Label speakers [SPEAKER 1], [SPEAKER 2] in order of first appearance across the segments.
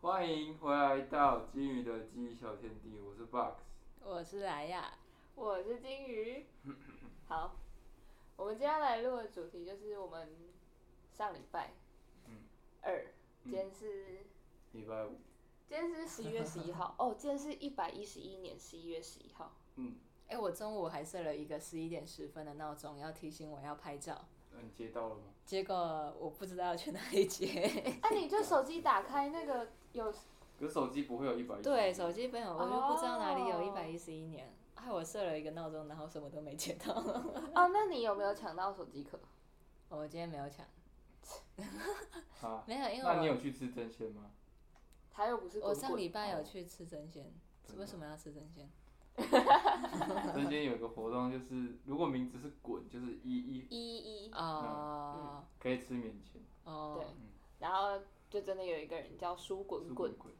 [SPEAKER 1] 欢迎回来到金鱼的记忆小天地，我是 Box。
[SPEAKER 2] 我是莱亚，
[SPEAKER 3] 我是金鱼。好，我们接下来录的主题就是我们上礼拜
[SPEAKER 1] 嗯
[SPEAKER 3] 二，
[SPEAKER 1] 嗯
[SPEAKER 3] 今天是
[SPEAKER 1] 礼拜五，
[SPEAKER 3] 今天是十一月十一号，哦，今天是一百一十一年十一月十一号。
[SPEAKER 1] 嗯，
[SPEAKER 2] 哎、我中午还设了一个十一点十分的闹钟，要提醒我要拍照，
[SPEAKER 1] 那你嗯接到了吗？
[SPEAKER 2] 结果我不知道要去哪里接。
[SPEAKER 3] 哎、你就手机打开那个有
[SPEAKER 1] 可是手机不会有一百一。
[SPEAKER 2] 对，手机没有，我就不知道哪里有一
[SPEAKER 3] 哦
[SPEAKER 2] 百一十一年。害我设了一个闹钟，然后什么都没接到。
[SPEAKER 3] 哦，那你有没有抢到手机壳？
[SPEAKER 2] 我今天没有抢，
[SPEAKER 1] 啊，
[SPEAKER 2] 没有，因
[SPEAKER 1] 那你
[SPEAKER 2] 为
[SPEAKER 1] 有去吃真鲜吗？
[SPEAKER 3] 他又不是
[SPEAKER 2] 我
[SPEAKER 3] 滚
[SPEAKER 2] 我
[SPEAKER 3] 滚
[SPEAKER 2] 上礼拜有去吃真鲜。
[SPEAKER 1] 真的
[SPEAKER 2] 为什么要吃真鲜？
[SPEAKER 1] 真鲜有一个活动，就是如果名字是滚，就是一一
[SPEAKER 3] 一一，嗯
[SPEAKER 2] 哦
[SPEAKER 1] 可以吃免钱。
[SPEAKER 2] 哦
[SPEAKER 3] 对，然后就真的有一个人叫苏滚
[SPEAKER 1] 是
[SPEAKER 3] 滚，
[SPEAKER 1] 滚，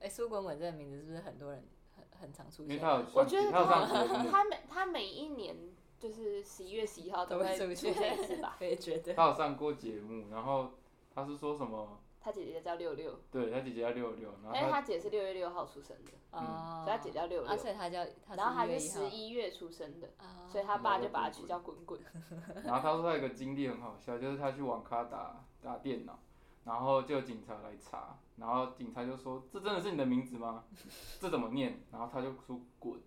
[SPEAKER 2] 哎，苏滚滚这个名字是不是很多人很很常出
[SPEAKER 1] 因为
[SPEAKER 2] 现？
[SPEAKER 1] 他有
[SPEAKER 3] 我
[SPEAKER 1] 上
[SPEAKER 3] 觉
[SPEAKER 1] 节，
[SPEAKER 3] 得
[SPEAKER 1] 他有上节目，
[SPEAKER 3] 他每他每一年就是十一月十一号都
[SPEAKER 2] 都
[SPEAKER 3] 会
[SPEAKER 2] 会
[SPEAKER 3] 出
[SPEAKER 2] 出现
[SPEAKER 3] 现一次吧。
[SPEAKER 2] 我也觉得。
[SPEAKER 1] 他有上过节目，然后他是说什么？
[SPEAKER 3] 他姐姐叫六六，
[SPEAKER 1] 对他姐姐要六六，然后
[SPEAKER 3] 因为
[SPEAKER 1] 他
[SPEAKER 3] 他姐是六月六号出生的，
[SPEAKER 2] 哦，
[SPEAKER 3] 嗯所以他姐叫六
[SPEAKER 2] 啊，
[SPEAKER 3] 六，
[SPEAKER 2] 所以他叫他
[SPEAKER 3] 然后
[SPEAKER 2] 1
[SPEAKER 3] 他
[SPEAKER 2] 月
[SPEAKER 3] 是
[SPEAKER 2] 1号
[SPEAKER 3] 十一哦月出生的，
[SPEAKER 2] 啊，
[SPEAKER 3] 所以他爸就把他取
[SPEAKER 1] 嗯
[SPEAKER 3] 叫滚滚。
[SPEAKER 1] 然后他说他有个经历很好笑，就是他去网咖打打电脑，然后就有警察来查，然后警察就说：“这真的是你的名字吗？ 这怎么念？”然后他就说：“滚。”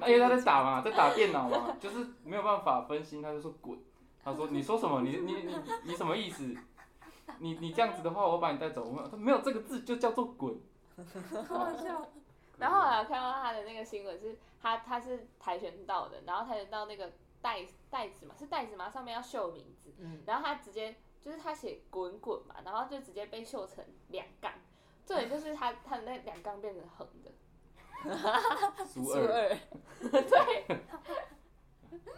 [SPEAKER 1] 那因为他在打嘛，在打电脑嘛，就是没有办法分心，他就说滚。他说：“你说什么？你你你你什么意思？你你这样子的话，我把你带走。”我说：“没有这个字就叫做滚。
[SPEAKER 3] 好笑。然后我还啊有看到他的那个新闻是，他他是跆拳道的，然后跆拳道那个袋袋子嘛，是袋子嘛，上面要绣名字，
[SPEAKER 2] 嗯，
[SPEAKER 3] 然后他直接就是他写滚滚嘛，然后就直接被绣成两杠，重点就是他他的那两杠变成横的，
[SPEAKER 1] 苏
[SPEAKER 2] 初
[SPEAKER 1] 二，
[SPEAKER 2] 二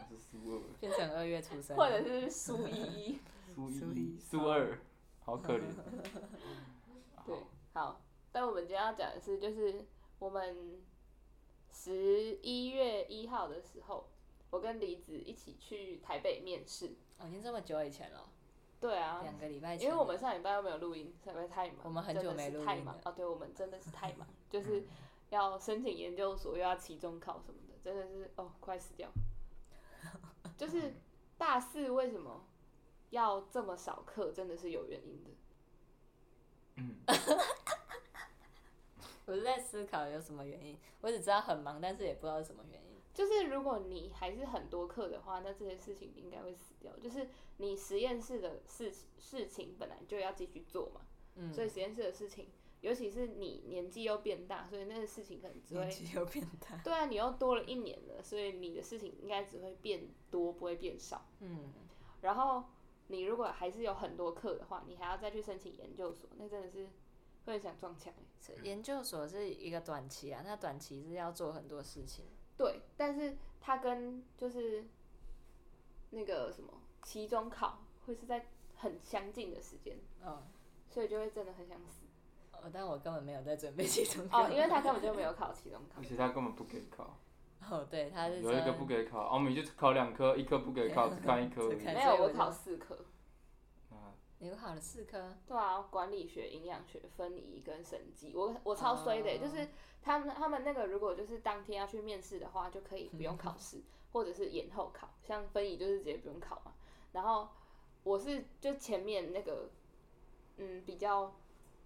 [SPEAKER 1] 是苏二，
[SPEAKER 2] 变成二月出生，啊
[SPEAKER 3] 或者是苏依依。
[SPEAKER 1] 苏
[SPEAKER 2] 苏
[SPEAKER 1] 一，
[SPEAKER 2] 一
[SPEAKER 1] 苏二， 好可 怜。
[SPEAKER 2] 哦
[SPEAKER 3] 对，好，但我们今天要讲的是，就是我们十一月一号的时候，我跟李子一起去台北面试。
[SPEAKER 2] 哦，已经这么久以前了，
[SPEAKER 3] 对啊，
[SPEAKER 2] 两个礼拜前，
[SPEAKER 3] 因为我们上礼拜又没有录音，上礼拜太忙，
[SPEAKER 2] 我们很久
[SPEAKER 3] 真的
[SPEAKER 2] 没
[SPEAKER 3] 是
[SPEAKER 2] 录
[SPEAKER 3] 太
[SPEAKER 2] 音
[SPEAKER 3] 忙
[SPEAKER 2] 了
[SPEAKER 3] 哦，对，我们真的是太 忙，就是要申请研究所，又要期中考什么的，真的是哦，快死掉。 就是大四为什么要这么少课，真的是有原因的。
[SPEAKER 2] 我是在思考有什么原因，我只知道很忙，但是也不知道是什么原因。
[SPEAKER 3] 就是如果你还是很多课的话，那这些事情应该会死掉。就是你实验室的事事情本来就要继续做嘛，
[SPEAKER 2] 嗯，
[SPEAKER 3] 所以实验室的事情，尤其是你年纪又变大，所以那个事情可能只
[SPEAKER 2] 年
[SPEAKER 3] 会
[SPEAKER 2] 纪又变大，
[SPEAKER 3] 对啊，你又多了一年了，所以你的事情应该只会变多，不会变少。
[SPEAKER 2] 嗯，
[SPEAKER 3] 然后你如果还是有很多课的话，你还要再去申请研究所，那真的是会很想撞墙欸、
[SPEAKER 2] 所以研究所是一个短期啊，那短期是要做很多事情，
[SPEAKER 3] 对，但是它跟就是那个什么期中考会是在很相近的时间，
[SPEAKER 2] 哦，
[SPEAKER 3] 所以就会真的很想 死
[SPEAKER 2] 哦，但我根本没有在准备其中
[SPEAKER 3] 哦，因为他根本就没有考期中 考
[SPEAKER 1] 而。且他根本不给考，
[SPEAKER 2] 哦，对，他是
[SPEAKER 1] 有一个
[SPEAKER 2] 说
[SPEAKER 1] 不给考，哦，我们就考两科，一科不给考，只看一科而
[SPEAKER 2] 只看
[SPEAKER 1] 已。
[SPEAKER 3] 没有，
[SPEAKER 2] 所以我
[SPEAKER 3] 我
[SPEAKER 2] 就
[SPEAKER 3] 考四科。
[SPEAKER 1] 啊，
[SPEAKER 2] 你考了四科，
[SPEAKER 3] 对啊，管理学、营养学、分离跟审计，我我超衰的欸、
[SPEAKER 2] 哦
[SPEAKER 3] 就是他们他们那个如果就是当天要去面试的话，就可以不用考试，或者是延后考，像分离就是直接不用考嘛。然后我是就前面那个嗯比较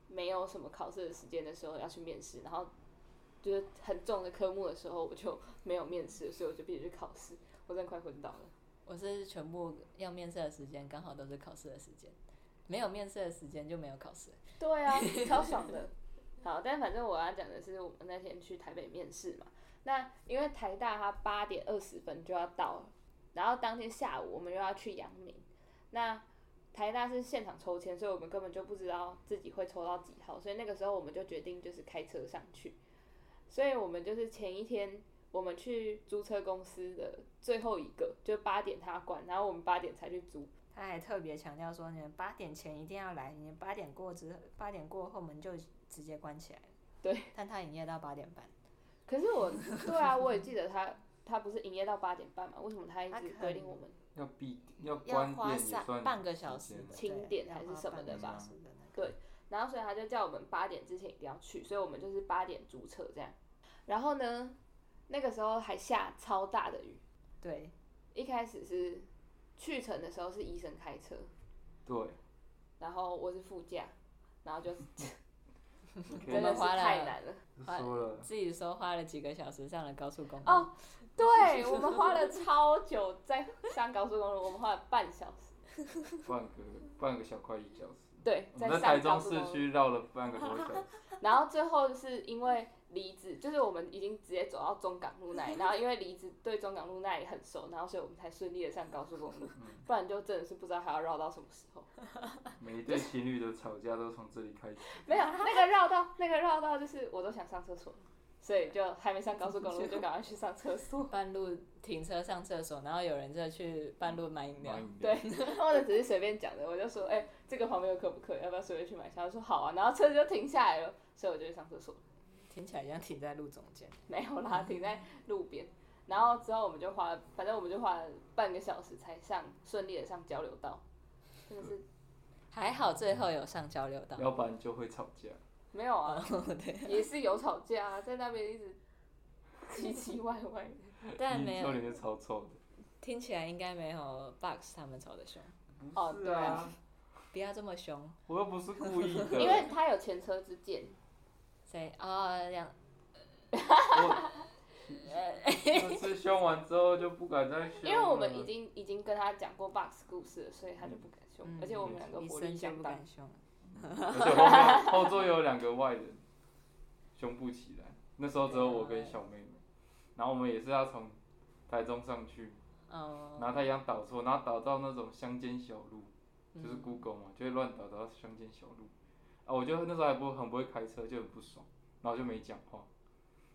[SPEAKER 3] 没有什么考试的时间的时候要去面试，然后就是很重的科目的时候我就没有面试，所以我就必须去考试，我真的快昏倒了。
[SPEAKER 2] 我是全部要面试的时间刚好都是考试的时间，没有面试的时间就没有考试。
[SPEAKER 3] 对 啊，超爽的。好，但反正我要讲的是，我们那天去台北面试嘛，那因为台大它八点二十分就要到了，然后当天下午我们又要去阳明，那台大是现场抽签，所以我们根本就不知道自己会抽到几号，所以那个时候我们就决定就是开车上去，所以我们就是前一天我们去租车公司的最后一个，就八点他关，然后我们八点才去租，
[SPEAKER 2] 他还特别强调说，你们八点前一定要来，你们八点过之八点过后门就直接关起来了。
[SPEAKER 3] 对，
[SPEAKER 2] 但他营业到八点半，
[SPEAKER 3] 可是我，对啊，我也记得 他，他不是营业到八点半嘛？为什么他一
[SPEAKER 2] 他
[SPEAKER 3] 直
[SPEAKER 2] 可
[SPEAKER 3] 规定我们？
[SPEAKER 1] 要闭要
[SPEAKER 2] 要
[SPEAKER 1] 关店
[SPEAKER 2] 花
[SPEAKER 1] 也算
[SPEAKER 2] 三半个小时
[SPEAKER 1] 时
[SPEAKER 2] 的
[SPEAKER 1] 间
[SPEAKER 3] 清点还是什么
[SPEAKER 2] 对要
[SPEAKER 3] 的吧
[SPEAKER 2] 花半个小时的那个
[SPEAKER 3] 对，然后所以他就叫我们八点之前一定要去，所以我们就是八点注册这样。然后呢，那个时候还下超大的雨，
[SPEAKER 4] 对，
[SPEAKER 3] 一开始是去程的时候是医生开车，
[SPEAKER 1] 对，
[SPEAKER 3] 然后我是副驾，然后就
[SPEAKER 1] 你可以
[SPEAKER 3] 真的
[SPEAKER 4] 们
[SPEAKER 3] 是
[SPEAKER 4] 花了
[SPEAKER 3] 太难了。
[SPEAKER 1] 说了，
[SPEAKER 4] 自己说花了几个小时上了高速公路。
[SPEAKER 3] 哦， 对，我们花了超久在上高速公路，我们花了半小时，
[SPEAKER 1] 半个半个小快一小时。
[SPEAKER 3] 对，
[SPEAKER 1] 我
[SPEAKER 3] 在
[SPEAKER 1] 们在台
[SPEAKER 3] 上
[SPEAKER 1] 中
[SPEAKER 3] 高速
[SPEAKER 1] 市
[SPEAKER 3] 公路。
[SPEAKER 1] 区绕了半个多小 时，
[SPEAKER 3] 然后最后是因为离子，就是我们已经直接走到中港路那里，然后因为离子对中港路那里很熟，然后所以我们才顺利的上高速公路，不然就真的是不知道还要绕到什么时候。
[SPEAKER 1] 每一对情侣的吵架都从这里开始。
[SPEAKER 3] 没有那个绕道，那个绕道就是我都想上厕所了，所以就还没上高速公路就赶快去上厕所。
[SPEAKER 4] 半路停车上厕所，然后有人就去半路买饮料
[SPEAKER 1] 买。饮料
[SPEAKER 3] 对， 或者只是随便讲的，我就说，哎、这个旁边有可不可以？要不要随便去买一下？他说好啊，然后车子就停下来了，所以我就去上厕所，
[SPEAKER 4] 听起来像停在路中间。
[SPEAKER 3] 没有啦，停在路边。然后之后我们就花，反正我们就花了半个小时才上，顺利的上交流道，真的是
[SPEAKER 4] 还好最后有上交流道。
[SPEAKER 1] 要不然就会吵架。
[SPEAKER 3] 没有啊，
[SPEAKER 4] 哦， 对，
[SPEAKER 3] 也是有吵架啊，在那边一直唧唧歪歪。
[SPEAKER 4] 但没
[SPEAKER 1] 你说
[SPEAKER 4] 有，
[SPEAKER 1] 你是超臭的。
[SPEAKER 4] 听起来应该没有 Box 他们吵得凶。
[SPEAKER 3] 哦
[SPEAKER 1] 不是
[SPEAKER 3] 对啊，
[SPEAKER 4] 不要这么凶，
[SPEAKER 1] 我又不是故意的。
[SPEAKER 3] 因为他有前车之鉴，
[SPEAKER 4] 谁？哦，这 样
[SPEAKER 1] 我这次凶完之后就不敢再凶了。
[SPEAKER 3] 因为我们已经已经跟他讲过 box 故事了，所以他就不敢凶，
[SPEAKER 4] 嗯
[SPEAKER 3] 而且我们两个
[SPEAKER 4] 医
[SPEAKER 3] 火
[SPEAKER 4] 生
[SPEAKER 3] 力
[SPEAKER 4] 就
[SPEAKER 3] 相
[SPEAKER 4] 不
[SPEAKER 3] 当。
[SPEAKER 4] 敢凶。
[SPEAKER 1] 而且 后面后座有两个外人，胸部起来。那时候只有我跟小妹妹，然后我们也是要从台中上去，然
[SPEAKER 4] 哦，
[SPEAKER 1] 后她一样导错，然后导到那种乡间小路，就是
[SPEAKER 4] 嗯
[SPEAKER 1] Google 嘛，就会乱导导到乡间小路。啊，我就那时候还不很不会开车，就很不爽，然后就没讲话，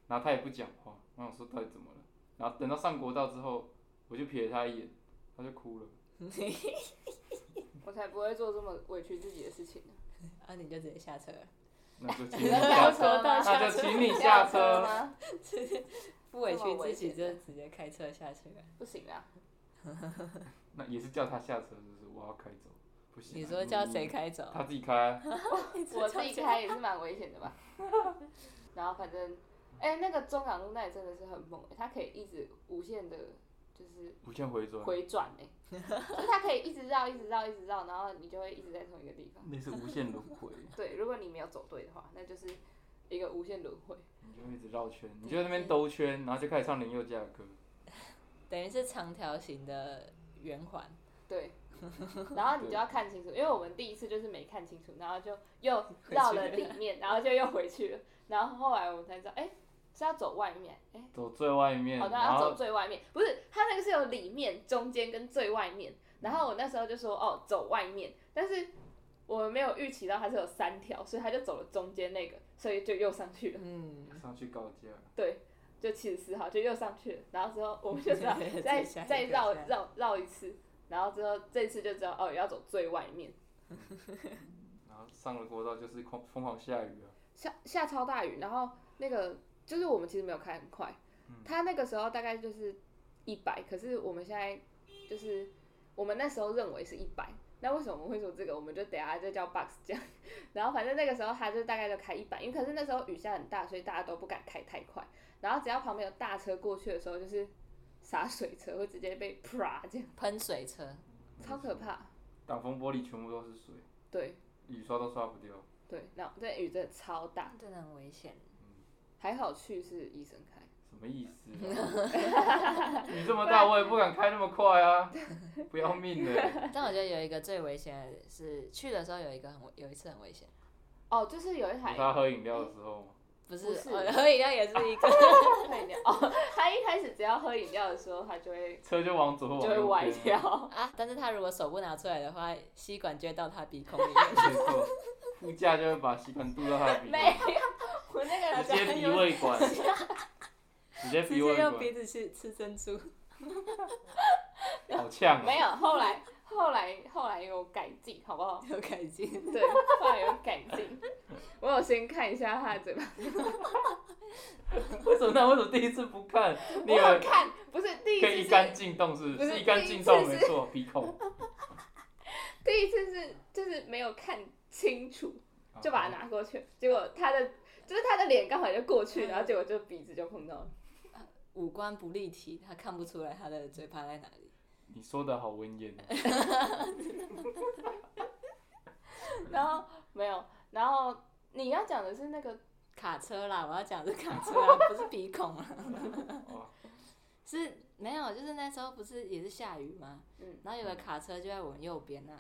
[SPEAKER 1] 然后她也不讲话，我想说到底怎么了？然后等到上国道之后，我就瞥了她一眼，她就哭了。
[SPEAKER 4] 嗯
[SPEAKER 3] 我才不会做这么委屈自己的事情 呢。
[SPEAKER 4] 啊，你就直接下车 了，
[SPEAKER 1] 那就请
[SPEAKER 3] 你
[SPEAKER 1] 你
[SPEAKER 3] 在
[SPEAKER 1] 下
[SPEAKER 3] 飙
[SPEAKER 1] 车，
[SPEAKER 3] 车吗？
[SPEAKER 1] 那就请你下车。
[SPEAKER 3] 吗？
[SPEAKER 4] 不委
[SPEAKER 3] 这
[SPEAKER 4] 屈
[SPEAKER 3] 么
[SPEAKER 4] 自己
[SPEAKER 3] 危险
[SPEAKER 4] 就直接开车下去了。
[SPEAKER 3] 不行啊，
[SPEAKER 1] 那也是叫他下车，就是我要开走，不行啊。
[SPEAKER 4] 你说叫谁开走？
[SPEAKER 1] 他自己开啊，
[SPEAKER 3] 我自己开也是蛮危险的吧。然后反正，哎、那个中港路那里真的是很猛、欸它可以一直无限的，就是
[SPEAKER 1] 无限回转，
[SPEAKER 3] 回转哎、就是它可以一直绕，一直绕，一直绕，然后你就会一直在同一个地方。
[SPEAKER 1] 那是无限轮 回，
[SPEAKER 3] 对，如果你没有走对的话，那就是一个无限轮回。
[SPEAKER 1] 你就一直绕圈，你就在那边兜圈，然后就开始唱林宥嘉的歌。
[SPEAKER 4] 等于是长条形的圆环，
[SPEAKER 3] 对，然后你就要看清楚，因为我们第一次就是没看清楚，然后就又绕了里面，然后就又回去了，然后后来我们才知道，哎、是要走外面，哎、
[SPEAKER 1] 走最外面，
[SPEAKER 3] 好像
[SPEAKER 1] 然
[SPEAKER 3] 要走
[SPEAKER 1] 后
[SPEAKER 3] 啊最外面，不是，它那个是有里面、中间跟最外面，然后我那时候就说，哦，走外面，但是我们没有预期到它是有三条，所以他就走了中间那个，所以就又上去了，
[SPEAKER 4] 嗯，
[SPEAKER 1] 上去告假，
[SPEAKER 3] 就七十四号就又上去了，然后之后我们就知道
[SPEAKER 4] 再
[SPEAKER 3] 再
[SPEAKER 4] 下一个
[SPEAKER 3] 再绕
[SPEAKER 4] 下一个
[SPEAKER 3] 绕绕一次，然后之后这次就知道，哦，要走最外面。
[SPEAKER 1] 然后上了国道就是狂疯狂下雨啊，
[SPEAKER 3] 下下超大雨，然后那个就是我们其实没有开很快，他那个时候大概就是一百，可是我们现在就是我们那时候认为是一百，那为什么我们会说这个？我们就等一下就叫 box 这样，然后反正那个时候他就大概就开一百，因为可是那时候雨下很大，所以大家都不敢开太快，然后只要旁边有大车过去的时候，就是洒水车会直接被啪这样，
[SPEAKER 4] 喷水车，
[SPEAKER 3] 超可怕。
[SPEAKER 1] 挡风玻璃全部都是水，
[SPEAKER 3] 对
[SPEAKER 1] 雨刷都刷不掉。
[SPEAKER 3] 对，那那雨真的超大，
[SPEAKER 4] 真的很危险。
[SPEAKER 3] 还好去是医生开。
[SPEAKER 1] 什么意思啊、 雨这么大，我也不敢开那么快啊，不要命的、
[SPEAKER 4] 但我觉得有一个最危险的是去的时候有一个很有一次很危险，
[SPEAKER 3] 哦，就是有一台
[SPEAKER 1] 他喝饮料的时候嘛，
[SPEAKER 4] 不是
[SPEAKER 3] 不是
[SPEAKER 4] 哦喝饮料也是一个，
[SPEAKER 3] 喝饮料 哦，他一开始只要喝饮料的时候，他就会
[SPEAKER 1] 车就往左
[SPEAKER 3] 就
[SPEAKER 1] 往
[SPEAKER 3] 会
[SPEAKER 1] 右
[SPEAKER 3] 歪
[SPEAKER 1] 偏啊，
[SPEAKER 3] 掉。
[SPEAKER 4] 啊，但是他如果手不拿出来的话，吸管就会到他鼻孔里面。
[SPEAKER 1] 没错，副驾就会把吸管渡到他的鼻孔
[SPEAKER 3] 没
[SPEAKER 1] 里。
[SPEAKER 3] 有，我那个
[SPEAKER 1] 直接鼻胃 管，直接
[SPEAKER 4] 直
[SPEAKER 1] 鼻
[SPEAKER 4] 接
[SPEAKER 1] 胃
[SPEAKER 4] 用鼻子
[SPEAKER 1] 管，
[SPEAKER 4] 去吃珍珠，
[SPEAKER 1] 好呛、
[SPEAKER 3] 没
[SPEAKER 1] 啊！
[SPEAKER 3] 有，后来后来后来有改进，好不好？
[SPEAKER 4] 有改进。
[SPEAKER 3] 对，后来有改进。我有先看一下他的 嘴巴，
[SPEAKER 1] 为什么那为什么第一次不看？你
[SPEAKER 3] 我
[SPEAKER 1] 以
[SPEAKER 3] 有
[SPEAKER 1] 为
[SPEAKER 3] 看，不是第一
[SPEAKER 1] 可以一
[SPEAKER 3] 次
[SPEAKER 1] 杆
[SPEAKER 3] 是
[SPEAKER 1] 进洞是不
[SPEAKER 3] 不
[SPEAKER 1] 是？
[SPEAKER 3] 是
[SPEAKER 1] 是一杆进洞没错，鼻孔。
[SPEAKER 3] 第一次是就是没有看清楚，
[SPEAKER 1] 哦
[SPEAKER 3] 就把它拿过去，结果他的就是他的脸刚好就过
[SPEAKER 1] 嗯
[SPEAKER 3] 去，然后结果就鼻子就碰到了。
[SPEAKER 2] 五官不立体，他看不出来他的嘴巴在哪里。
[SPEAKER 1] 你说的好文言哦，
[SPEAKER 3] 然后没有，然后你要讲的是那个
[SPEAKER 2] 卡车啦，我要讲的是卡车啦，不是鼻孔啦，
[SPEAKER 1] 哦
[SPEAKER 2] 是没有，就是那时候不是也是下雨吗？
[SPEAKER 3] 嗯
[SPEAKER 2] 然后有个卡车就在我们右边呐、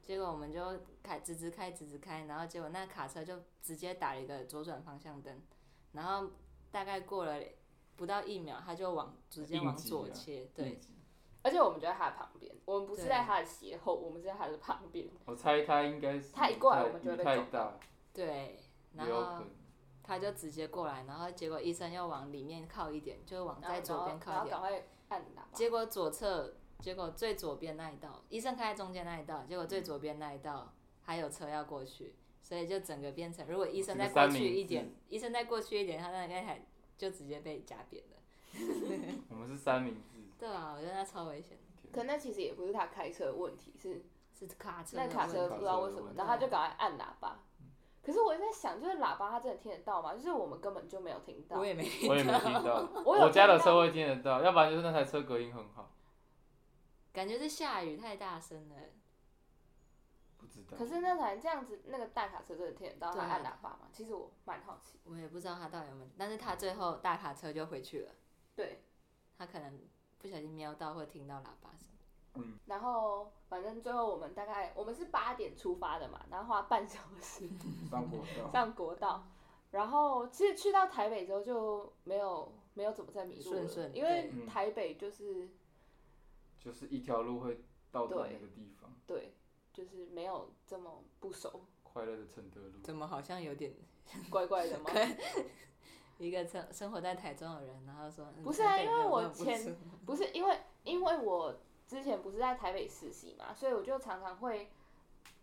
[SPEAKER 2] 结果我们就开直直开直直开，然后结果那卡车就直接打了一个左转方向灯，然后大概过了不到一秒，它就往直接往
[SPEAKER 1] 应急
[SPEAKER 2] 左
[SPEAKER 1] 啊
[SPEAKER 2] 切，对，
[SPEAKER 3] 而且我们就在他的旁边，我们不是
[SPEAKER 2] 对
[SPEAKER 3] 在他的斜后，我们是在他的旁边。
[SPEAKER 2] 哦
[SPEAKER 1] 我猜他应该是
[SPEAKER 3] 他一过来我们
[SPEAKER 1] 雨
[SPEAKER 3] 就会被
[SPEAKER 1] 太
[SPEAKER 3] 撞
[SPEAKER 1] 大，
[SPEAKER 2] 对，然
[SPEAKER 1] 也有可
[SPEAKER 2] 后
[SPEAKER 1] 能。
[SPEAKER 2] 他就直接过来，然后结果医生又往里面靠一点，就往
[SPEAKER 3] 然后
[SPEAKER 2] 在左边
[SPEAKER 3] 然
[SPEAKER 2] 靠一
[SPEAKER 3] 后然
[SPEAKER 2] 点，
[SPEAKER 3] 后赶快按喇叭。
[SPEAKER 2] 结果左侧，结果最左边那一道，医生开在中间那一道，结果最左边那一道还有车要过去，所以就整个变成，如果医生
[SPEAKER 1] 这
[SPEAKER 2] 再
[SPEAKER 1] 个三
[SPEAKER 2] 过去
[SPEAKER 1] 明
[SPEAKER 2] 一点，医生再过去一点，他那个还就直接被夹扁了。
[SPEAKER 1] 我们是三明治，
[SPEAKER 2] 对啊，我觉得那超危险的，
[SPEAKER 3] 可那其实也不是他开车的问题，是
[SPEAKER 2] 是卡车的
[SPEAKER 3] 那
[SPEAKER 2] 问题。
[SPEAKER 3] 卡车不知道为什
[SPEAKER 1] 卡车的
[SPEAKER 3] 么
[SPEAKER 1] 问，题
[SPEAKER 3] 然后他就赶快按喇叭。可是我在想，就是喇叭他真的听得到吗？就是我们根本就没有听到
[SPEAKER 2] 我。也没，
[SPEAKER 1] 我也没听到。
[SPEAKER 3] 我有
[SPEAKER 1] 我家的
[SPEAKER 3] 听到
[SPEAKER 1] 车会听得到，要不然就是那台车隔音很好，
[SPEAKER 2] 感觉是下雨太大声了。
[SPEAKER 1] 不知道
[SPEAKER 3] 可。是 那台这样子，那个大卡车真的听得到他
[SPEAKER 2] 对啊
[SPEAKER 3] 按喇叭吗？其实我蛮好奇。
[SPEAKER 2] 我也不知道他到底有没有，但是他最后大卡车就回去了，
[SPEAKER 3] 对，
[SPEAKER 2] 他可能不小心瞄到或听到喇叭声。
[SPEAKER 3] 然后反正最后我们大概我们是八点出发的嘛，然后花半小时
[SPEAKER 1] 上国道，
[SPEAKER 3] 上国道，然后其实去到台北之后就没有没有怎么再迷路了，
[SPEAKER 2] 顺顺
[SPEAKER 3] 因为
[SPEAKER 1] 对
[SPEAKER 3] 台北就是
[SPEAKER 1] 就是一条路会到达那个地方，
[SPEAKER 3] 对，就是没有这么不熟，
[SPEAKER 1] 快乐的承德路。
[SPEAKER 2] 怎么好像有点
[SPEAKER 3] 怪怪的嘛。
[SPEAKER 2] 一个生生活在台中的人，然后说、嗯
[SPEAKER 3] 不是啊
[SPEAKER 2] 台北
[SPEAKER 3] 因为
[SPEAKER 2] 没有
[SPEAKER 3] 我
[SPEAKER 2] 这种不
[SPEAKER 3] 前
[SPEAKER 2] 舒服
[SPEAKER 3] 不是因为因为我之前不是在台北实习嘛，所以我就常常会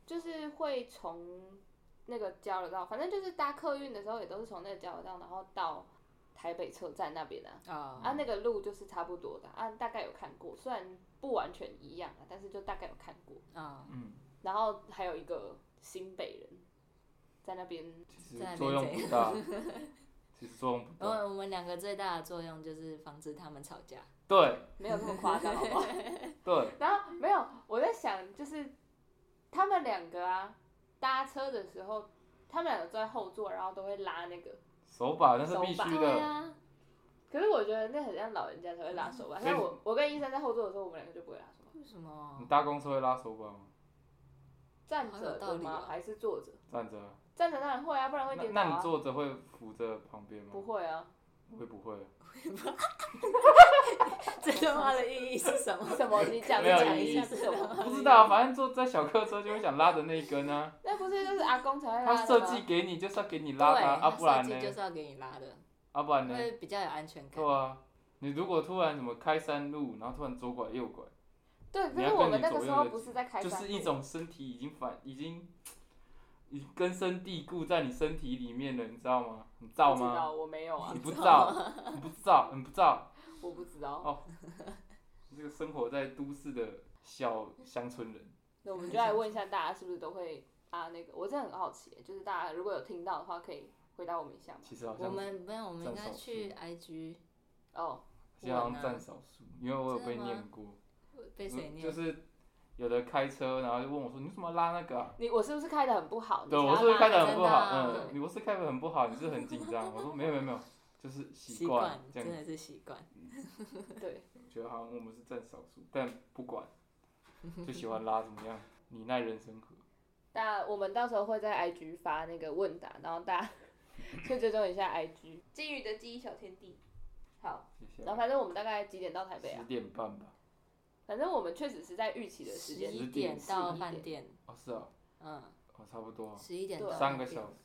[SPEAKER 3] 就是会从那个交流道，反正就是搭客运的时候也都是从那个交流道，然后到台北车站那边啊。
[SPEAKER 2] 哦，
[SPEAKER 3] 啊，那个路就是差不多的啊，大概有看过，虽然不完全一样啊，但是就大概有看过。
[SPEAKER 2] 啊、
[SPEAKER 1] 嗯，
[SPEAKER 3] 然后还有一个新北人在那边，
[SPEAKER 1] 其实
[SPEAKER 2] 在嗯那边
[SPEAKER 1] 作用不 大，其实作用不
[SPEAKER 2] 我
[SPEAKER 1] 大。
[SPEAKER 2] 我们两个最大的作用就是防止他们吵架。
[SPEAKER 1] 对
[SPEAKER 3] 没有这么夸张，好不好？
[SPEAKER 1] 对，
[SPEAKER 3] 然后没有，我在想，就是他们两个啊，搭车的时候，他们两个坐在后座，然后都会拉那个。
[SPEAKER 1] 手把那是必
[SPEAKER 3] 手把
[SPEAKER 1] 须的，
[SPEAKER 2] 啊，
[SPEAKER 3] 可是我觉得那很像老人家才会拉手吧。
[SPEAKER 1] 所以
[SPEAKER 3] 像我，我跟医生在后座的时候，我们两个就不会拉手吧。
[SPEAKER 2] 为什么
[SPEAKER 1] 你？搭公车会拉手把吗？
[SPEAKER 3] 站
[SPEAKER 2] 好有
[SPEAKER 3] 着
[SPEAKER 2] 道
[SPEAKER 3] 的
[SPEAKER 2] 理
[SPEAKER 3] 吗？
[SPEAKER 2] 哦
[SPEAKER 3] 还是坐着？
[SPEAKER 1] 站着啊。
[SPEAKER 3] 站着当然会啊，不然会
[SPEAKER 1] 啊那
[SPEAKER 3] 跌倒
[SPEAKER 1] 那你
[SPEAKER 3] 啊。
[SPEAKER 1] 坐着会扶着旁边吗？
[SPEAKER 3] 不会啊，
[SPEAKER 1] 会不会？ 啊
[SPEAKER 2] 这句话的意义是什么？
[SPEAKER 3] 什么？你讲
[SPEAKER 1] 没有
[SPEAKER 3] 讲
[SPEAKER 1] 意
[SPEAKER 3] 一下
[SPEAKER 1] 义
[SPEAKER 3] 是什么？
[SPEAKER 1] 不知道，啊反正坐在小客车就会想拉着那一根 啊。
[SPEAKER 3] 那不是就是阿公才会拉的吗
[SPEAKER 1] 他设计给你就是要给你
[SPEAKER 2] 啊 对，
[SPEAKER 1] 拉它，啊
[SPEAKER 2] 他
[SPEAKER 1] 不然
[SPEAKER 2] 设计就
[SPEAKER 1] 呢？
[SPEAKER 2] 是要给你拉的，
[SPEAKER 1] 啊不然呢？
[SPEAKER 2] 会比较有安全感。
[SPEAKER 1] 对啊，你如果突然什么开山路，然后突然左拐右拐，
[SPEAKER 3] 对，可
[SPEAKER 1] 你
[SPEAKER 3] 是
[SPEAKER 1] 要
[SPEAKER 3] 我
[SPEAKER 1] 跟
[SPEAKER 3] 们
[SPEAKER 1] 你
[SPEAKER 3] 那个
[SPEAKER 1] 左
[SPEAKER 3] 时
[SPEAKER 1] 右
[SPEAKER 3] 候
[SPEAKER 1] 的
[SPEAKER 3] 不是在开
[SPEAKER 1] 就
[SPEAKER 3] 山
[SPEAKER 1] 是一
[SPEAKER 3] 路
[SPEAKER 1] 种身体已经反已经已经根深蒂固在你身体里面了，你知道吗？你知道
[SPEAKER 3] 不知道
[SPEAKER 1] 吗？
[SPEAKER 3] 我没有 啊
[SPEAKER 1] 你，不知道，你不知道，你不知道，
[SPEAKER 3] 我不知
[SPEAKER 1] 哦
[SPEAKER 3] 道。
[SPEAKER 1] 你这个生活在都市的小乡村人，
[SPEAKER 3] 那我们就来问一下大家是不是都会啊那个，我真的很好奇，就是大家如果有听到的话，可以回答我们一下吗？
[SPEAKER 1] 其实好
[SPEAKER 2] 我
[SPEAKER 1] 像
[SPEAKER 2] 们没有，我们应该
[SPEAKER 1] 占少数
[SPEAKER 2] 去 IG
[SPEAKER 3] 哦，
[SPEAKER 1] 现在好
[SPEAKER 2] 我呢
[SPEAKER 1] 像占少数，因为我有
[SPEAKER 2] 真的
[SPEAKER 1] 被
[SPEAKER 2] 吗
[SPEAKER 1] 念过，
[SPEAKER 2] 被谁
[SPEAKER 1] 嗯就
[SPEAKER 2] 念？
[SPEAKER 1] 是有的开车，然后就问我说：“你怎么拉那个、啊？”
[SPEAKER 3] 你我是不是开的很不好？你
[SPEAKER 1] 对，
[SPEAKER 3] 想
[SPEAKER 1] 我
[SPEAKER 3] 要
[SPEAKER 1] 是不是
[SPEAKER 3] 拉
[SPEAKER 1] 开的
[SPEAKER 3] 那
[SPEAKER 1] 很
[SPEAKER 3] 个
[SPEAKER 1] 不好？
[SPEAKER 2] 真的
[SPEAKER 3] 啊
[SPEAKER 2] 啊
[SPEAKER 1] 嗯，你我是开的很不好，你是很紧张。我说没有没有没有，就是习惯这
[SPEAKER 2] 真
[SPEAKER 1] 样。
[SPEAKER 2] 的是习惯。
[SPEAKER 3] 对，
[SPEAKER 1] 觉得好像我们是占少数，但不管，就喜欢拉怎么样，你奈人生何？
[SPEAKER 3] 那我们到时候会在 IG 发那个问答，然后 大家去追踪一下 IG。金鱼的记忆小天地。好，
[SPEAKER 1] 接下
[SPEAKER 3] 然后
[SPEAKER 1] 来
[SPEAKER 3] 反正我们大概几点到台北
[SPEAKER 1] 十
[SPEAKER 3] 啊？
[SPEAKER 1] 点半吧。
[SPEAKER 3] 反正我们确实是在预期的时
[SPEAKER 2] 十
[SPEAKER 3] 间
[SPEAKER 2] 一
[SPEAKER 1] 11
[SPEAKER 2] 点到饭
[SPEAKER 3] 11
[SPEAKER 2] 店，
[SPEAKER 1] 哦，是啊，
[SPEAKER 2] 嗯，
[SPEAKER 1] 哦，差不多啊，
[SPEAKER 2] 十一点
[SPEAKER 3] 对
[SPEAKER 2] 到
[SPEAKER 3] 啊
[SPEAKER 1] 三个小时。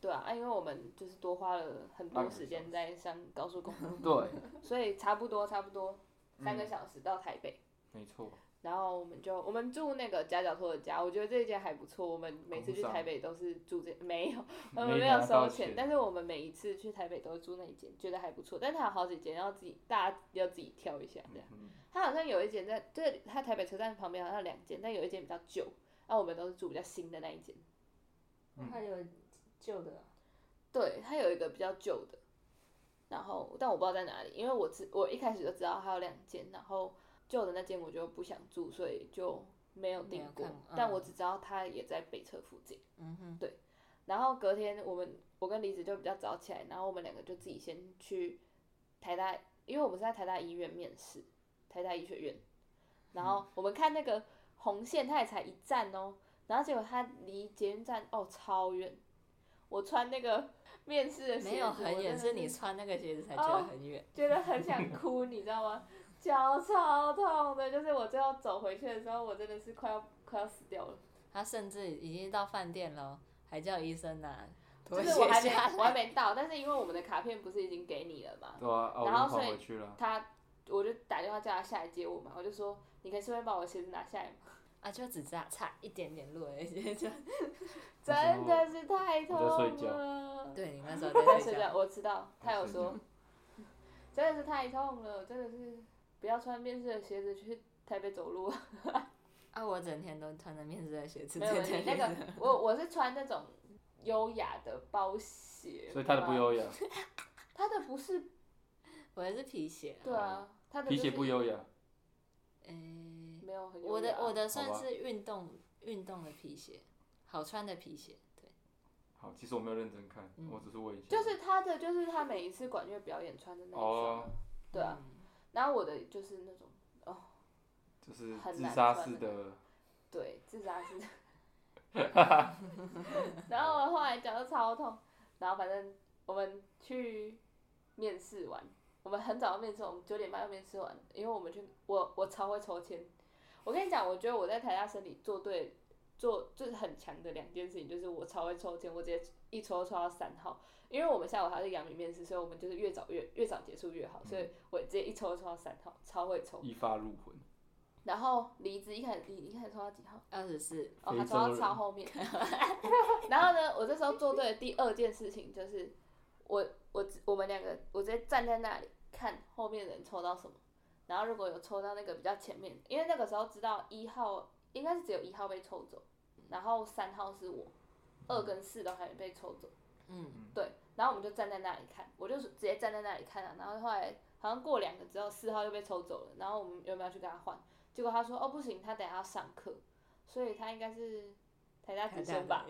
[SPEAKER 3] 对啊，啊因为我们就是多花了很多时间在上高速公路，
[SPEAKER 1] 对，
[SPEAKER 3] 所以差不多差不多三个
[SPEAKER 1] 嗯
[SPEAKER 3] 小时到台北。
[SPEAKER 1] 没错。
[SPEAKER 3] 然后我们就我们住那个夹角托的家，我觉得这一间还不错。我们每次去台北都是住这， 没 有，我们没有
[SPEAKER 1] 拿
[SPEAKER 3] 收
[SPEAKER 1] 到
[SPEAKER 3] 钱，但是我们每一次去台北都住那一间，觉得还不错。但它有好几间，要自己大家要自己挑一下这样。
[SPEAKER 1] 嗯
[SPEAKER 3] 它好像有一间在，对，它啊台北车站旁边好像有两间，但有一间比较旧，那、我们都是住比较新的那一间。
[SPEAKER 1] 嗯
[SPEAKER 2] 它有旧的啊，
[SPEAKER 3] 对，它有一个比较旧的，然后但我不知道在哪里，因为我知我一开始就知道它有两间，然后旧的那间我就不想住，所以就没有订
[SPEAKER 2] 没有
[SPEAKER 3] 过。
[SPEAKER 2] 看
[SPEAKER 3] 但
[SPEAKER 2] 嗯
[SPEAKER 3] 我只知道它也在北车附近。
[SPEAKER 2] 嗯哼，
[SPEAKER 3] 然后隔天我们我跟李子就比较早起来，然后我们两个就自己先去台大，因为我们是在台大医院面试，台大医学院。然
[SPEAKER 2] 嗯
[SPEAKER 3] 后我们看那个红线，它也才一站哦，然后结果它离捷运站哦超远。我穿那个面试的鞋子，
[SPEAKER 2] 没有很
[SPEAKER 3] 我真
[SPEAKER 2] 远，
[SPEAKER 3] 的
[SPEAKER 2] 是你穿那个鞋子才觉得
[SPEAKER 3] 哦
[SPEAKER 2] 很远。
[SPEAKER 3] 觉得很想哭，你知道吗？脚超痛的，就是我最后走回去的时候，我真的是快要快要死掉了。
[SPEAKER 2] 他甚至已经到饭店了，还叫医生拿
[SPEAKER 3] 就
[SPEAKER 2] 拖
[SPEAKER 3] 是我还
[SPEAKER 2] 鞋
[SPEAKER 3] 没
[SPEAKER 2] 下
[SPEAKER 3] 我还
[SPEAKER 2] 来。
[SPEAKER 3] 没到，但是因为我们的卡片不是已经给你了嘛，
[SPEAKER 1] 对啊，啊我
[SPEAKER 3] 然后
[SPEAKER 1] 就跑
[SPEAKER 3] 所以
[SPEAKER 1] 回去了。
[SPEAKER 3] 他我就打电话叫他下来接我嘛，我就说你可以顺便把我鞋子拿下来吗？
[SPEAKER 2] 啊，就只差差一点点路而已。 就
[SPEAKER 3] 真的是太痛
[SPEAKER 1] 我在睡
[SPEAKER 3] 了。
[SPEAKER 2] 对你那时候
[SPEAKER 3] 我在
[SPEAKER 2] 在睡
[SPEAKER 3] 睡
[SPEAKER 2] 觉，
[SPEAKER 3] 觉，我知道，他有
[SPEAKER 1] 我
[SPEAKER 3] 说，真的是太痛了，真的是不要穿面试的鞋子去台北走路。
[SPEAKER 2] 啊，我整天都穿着面试的鞋子，
[SPEAKER 3] 没有
[SPEAKER 2] 整
[SPEAKER 3] 你
[SPEAKER 2] 天
[SPEAKER 3] 那
[SPEAKER 2] 面
[SPEAKER 3] 个
[SPEAKER 2] 试。，
[SPEAKER 3] 我我是穿那种优雅的包鞋，
[SPEAKER 1] 所以他的不
[SPEAKER 3] 吧，
[SPEAKER 1] 优雅，
[SPEAKER 3] 他的不是，
[SPEAKER 2] 我的是皮鞋。
[SPEAKER 3] 对啊，他的
[SPEAKER 1] 哦皮
[SPEAKER 3] 就
[SPEAKER 1] 鞋
[SPEAKER 3] 是
[SPEAKER 1] 不优雅，
[SPEAKER 2] 诶，
[SPEAKER 3] 没有很啊优雅，
[SPEAKER 2] 我的我的算
[SPEAKER 1] 好吧
[SPEAKER 2] 是运动运动的皮鞋，好穿的皮鞋。对，
[SPEAKER 1] 好，其实我没有认真看，
[SPEAKER 2] 嗯
[SPEAKER 1] 我只是问一下。
[SPEAKER 3] 就是他的就是他每一次管乐表演穿的那一双
[SPEAKER 1] 哦
[SPEAKER 3] 啊，对啊，
[SPEAKER 2] 嗯，
[SPEAKER 3] 然后我的就是那种
[SPEAKER 1] 就是
[SPEAKER 3] 很
[SPEAKER 1] 自
[SPEAKER 3] 难
[SPEAKER 1] 杀
[SPEAKER 3] 穿
[SPEAKER 1] 式
[SPEAKER 3] 的
[SPEAKER 1] 的，
[SPEAKER 3] 对，自杀式。 然后我后来脚就超痛，然后反正我们去面试完，我们很早就面试，我们九点半就面试完，因为我们去我我超会抽签。我跟你讲，我觉得我在台大生理做对做就是很强的两件事情，就是我超会抽签，我直接一抽抽到三号，因为我们下午还是阳明面试，所以我们就是越早越越早结束越好，所以我直接一抽抽到三号，超会抽。
[SPEAKER 1] 一发入魂。
[SPEAKER 3] 然后离职一开始离一开始抽到几号？
[SPEAKER 2] 二十四，
[SPEAKER 3] 哦，
[SPEAKER 1] 非
[SPEAKER 3] 他
[SPEAKER 1] 洲
[SPEAKER 3] 走到
[SPEAKER 1] 人
[SPEAKER 3] 超后面。 然后呢，我这时候做对的第二件事情就是，我我我们两个，我直接站在那里看后面的人抽到什么，然后如果有抽到那个比较前面，因为那个时候知道一号应该是只有一号被抽走，然后三号是我，二跟四都还没被抽走。
[SPEAKER 2] 嗯，
[SPEAKER 3] 对，然后我们就站在那里看，我就直接站在那里看啊。然后后来好像过两个之后，四号又被抽走了，然后我们有没有去跟他换？结果他说哦不行，他等一下要上课，所以他应该是台大直升吧，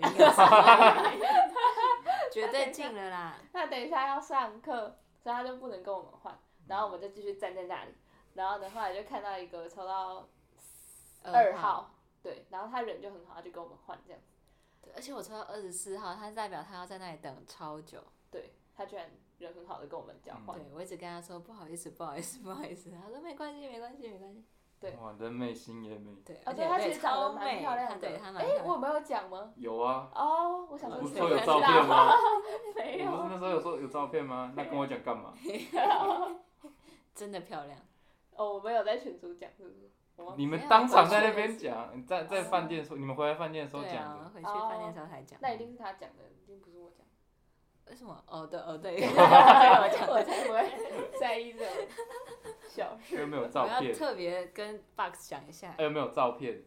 [SPEAKER 2] 绝对进了啦。
[SPEAKER 3] 他等一下要上课，所以他就不能跟我们换。
[SPEAKER 2] 嗯
[SPEAKER 3] 然后我们就继续站在那里，然后呢后来就看到一个抽到二号，对，然后他人就很好，他就跟我们换这样子，
[SPEAKER 2] 对，而且我抽到二十四号，他代表他要在那里等超久。
[SPEAKER 3] 对他居然人很好的跟我们交换，
[SPEAKER 2] 嗯对我一直跟他说不好意思，不好意思，不好意思，他说没关系，没关系，没关系。
[SPEAKER 3] 对
[SPEAKER 1] 哇，人美心也美。
[SPEAKER 2] 对，
[SPEAKER 3] 而
[SPEAKER 2] 而
[SPEAKER 3] 且
[SPEAKER 2] 且
[SPEAKER 3] 哦他
[SPEAKER 2] 对
[SPEAKER 3] 其实长得
[SPEAKER 2] 超
[SPEAKER 3] 蛮
[SPEAKER 2] 美，
[SPEAKER 3] 漂亮
[SPEAKER 2] 他
[SPEAKER 3] 的
[SPEAKER 2] 对他。蛮
[SPEAKER 3] 哎
[SPEAKER 2] 漂，亮
[SPEAKER 3] 我有没有讲吗？
[SPEAKER 1] 有啊，
[SPEAKER 3] 哦，我想说
[SPEAKER 1] 我不是
[SPEAKER 3] 谁
[SPEAKER 1] 说
[SPEAKER 3] 会
[SPEAKER 1] 有
[SPEAKER 3] 知
[SPEAKER 1] 照
[SPEAKER 3] 道
[SPEAKER 1] 片 吗？我不是
[SPEAKER 3] 没有。
[SPEAKER 1] 那时候有说有照片吗？那跟我讲干嘛？
[SPEAKER 2] 真的漂亮。
[SPEAKER 3] 哦，我们有在群组讲，是不是？我忘
[SPEAKER 1] 你
[SPEAKER 2] 没
[SPEAKER 1] 们
[SPEAKER 2] 有
[SPEAKER 1] 当
[SPEAKER 2] 我
[SPEAKER 1] 场
[SPEAKER 2] 去
[SPEAKER 1] 在
[SPEAKER 2] 的
[SPEAKER 1] 那边
[SPEAKER 2] 是
[SPEAKER 1] 讲，你在在
[SPEAKER 3] 哦
[SPEAKER 1] 饭店说，你们回来饭店的时候
[SPEAKER 2] 对
[SPEAKER 1] 讲
[SPEAKER 2] 啊
[SPEAKER 1] 的，，
[SPEAKER 2] 回去饭店的时候才讲。
[SPEAKER 3] 那一定是他讲的，一定不是我 讲。
[SPEAKER 2] 为什么？哦，对，哦，对，
[SPEAKER 3] 我讲，我才不会在意这种小
[SPEAKER 1] 又
[SPEAKER 3] 事。
[SPEAKER 1] 哎没有
[SPEAKER 2] 我
[SPEAKER 1] 照
[SPEAKER 2] 要
[SPEAKER 1] 片，
[SPEAKER 2] 特别跟 Box 讲一下。
[SPEAKER 1] 又没有照片，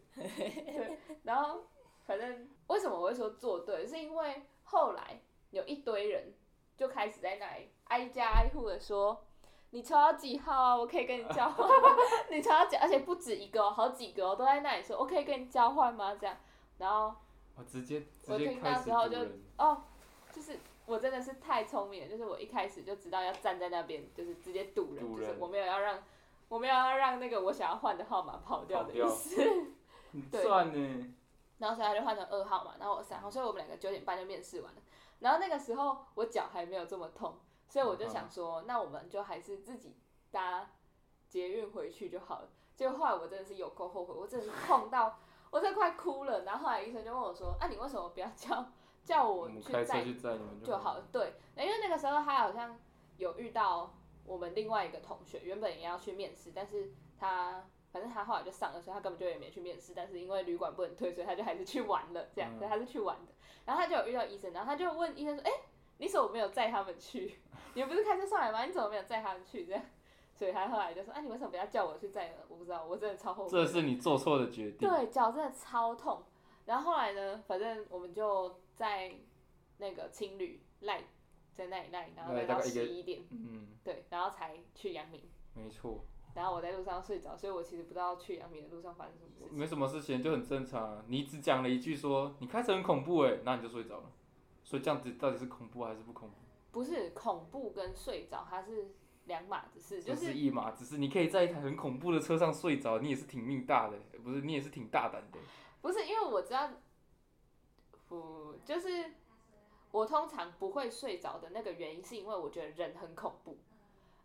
[SPEAKER 3] 然后，反正为什么我会说做对，是因为后来有一堆人就开始在那里挨家挨户的说。你抽到几号啊？我可以跟你交换吗。你抽到几？而且不止一个、哦，好几个、哦、都在那里说，我可以跟你交换吗？这样，然后
[SPEAKER 1] 我直接直
[SPEAKER 3] 我
[SPEAKER 1] 接
[SPEAKER 3] 听
[SPEAKER 1] 开
[SPEAKER 3] 到
[SPEAKER 1] 始
[SPEAKER 3] 之后
[SPEAKER 1] 读
[SPEAKER 3] 就
[SPEAKER 1] 人，
[SPEAKER 3] 哦，就是我真的是太聪明了，就是我一开始就知道要站在那边，就是直接堵人，
[SPEAKER 1] 堵
[SPEAKER 3] 就是
[SPEAKER 1] 人
[SPEAKER 3] 我没有要让，我没有要让那个我想要换的号码跑掉的意思。
[SPEAKER 1] 很
[SPEAKER 3] 对
[SPEAKER 1] 赚呢，
[SPEAKER 3] 然后所以他就换成二号嘛，然后我三号，所以我们两个九点半就面试完了。然后那个时候我脚还没有这么痛，所以我
[SPEAKER 1] 嗯
[SPEAKER 3] 就想说，那我们就还是自己搭捷运回去就好了。结果后来我真的是有够后悔，我真的是痛到我真的快哭了。然后后来医生就问我说：“啊，你为什么不要叫叫
[SPEAKER 1] 我
[SPEAKER 3] 我
[SPEAKER 1] 们
[SPEAKER 3] 去
[SPEAKER 1] 嗯开车
[SPEAKER 3] 载
[SPEAKER 1] 去载你们
[SPEAKER 3] 就好了。对，因为那个时候他好像有遇到我们另外一个同学，原本也要去面试，但是他反正他后来就上了，所以他根本就也没去面试。但是因为旅馆不能退，所以他就还是去玩了，这样，
[SPEAKER 1] 嗯
[SPEAKER 3] 所以他是去玩的。然后他就有遇到医生，然后他就问医生说：“哎、你怎么没有载他们去？ 你们不是开车上来吗？你怎么没有载他们去？”这样，所以他后来就说：“啊，你为什么不要叫我去载呢？我不知道，我真的超后悔。”
[SPEAKER 1] 这是你做错的决定，
[SPEAKER 3] 对，脚真的超痛。然后后来呢，反正我们就在那个青旅赖在那里赖，然后
[SPEAKER 1] 赖
[SPEAKER 3] 赖
[SPEAKER 1] 大
[SPEAKER 3] 到
[SPEAKER 1] 概一个
[SPEAKER 3] 十一点，
[SPEAKER 1] 嗯，
[SPEAKER 3] 对，然后才去阳明。
[SPEAKER 1] 没错，
[SPEAKER 3] 然后我在路上睡着，所以我其实不知道去阳明的路上发生什么事情。
[SPEAKER 1] 没什么事情就很正常啊。你只讲了一句说你开车很恐怖哎、那你就睡着了。所以这样子到底是恐怖还是不恐怖？
[SPEAKER 3] 不是恐怖跟睡着，它是两码子事，就
[SPEAKER 1] 这
[SPEAKER 3] 是
[SPEAKER 1] 是一码，只是你可以在一台很恐怖的车上睡着，你也是挺命大的，欸不是你也是挺大胆的。
[SPEAKER 3] 不是因为我知道，不就是我通常不会睡着的那个原因，是因为我觉得人很恐怖。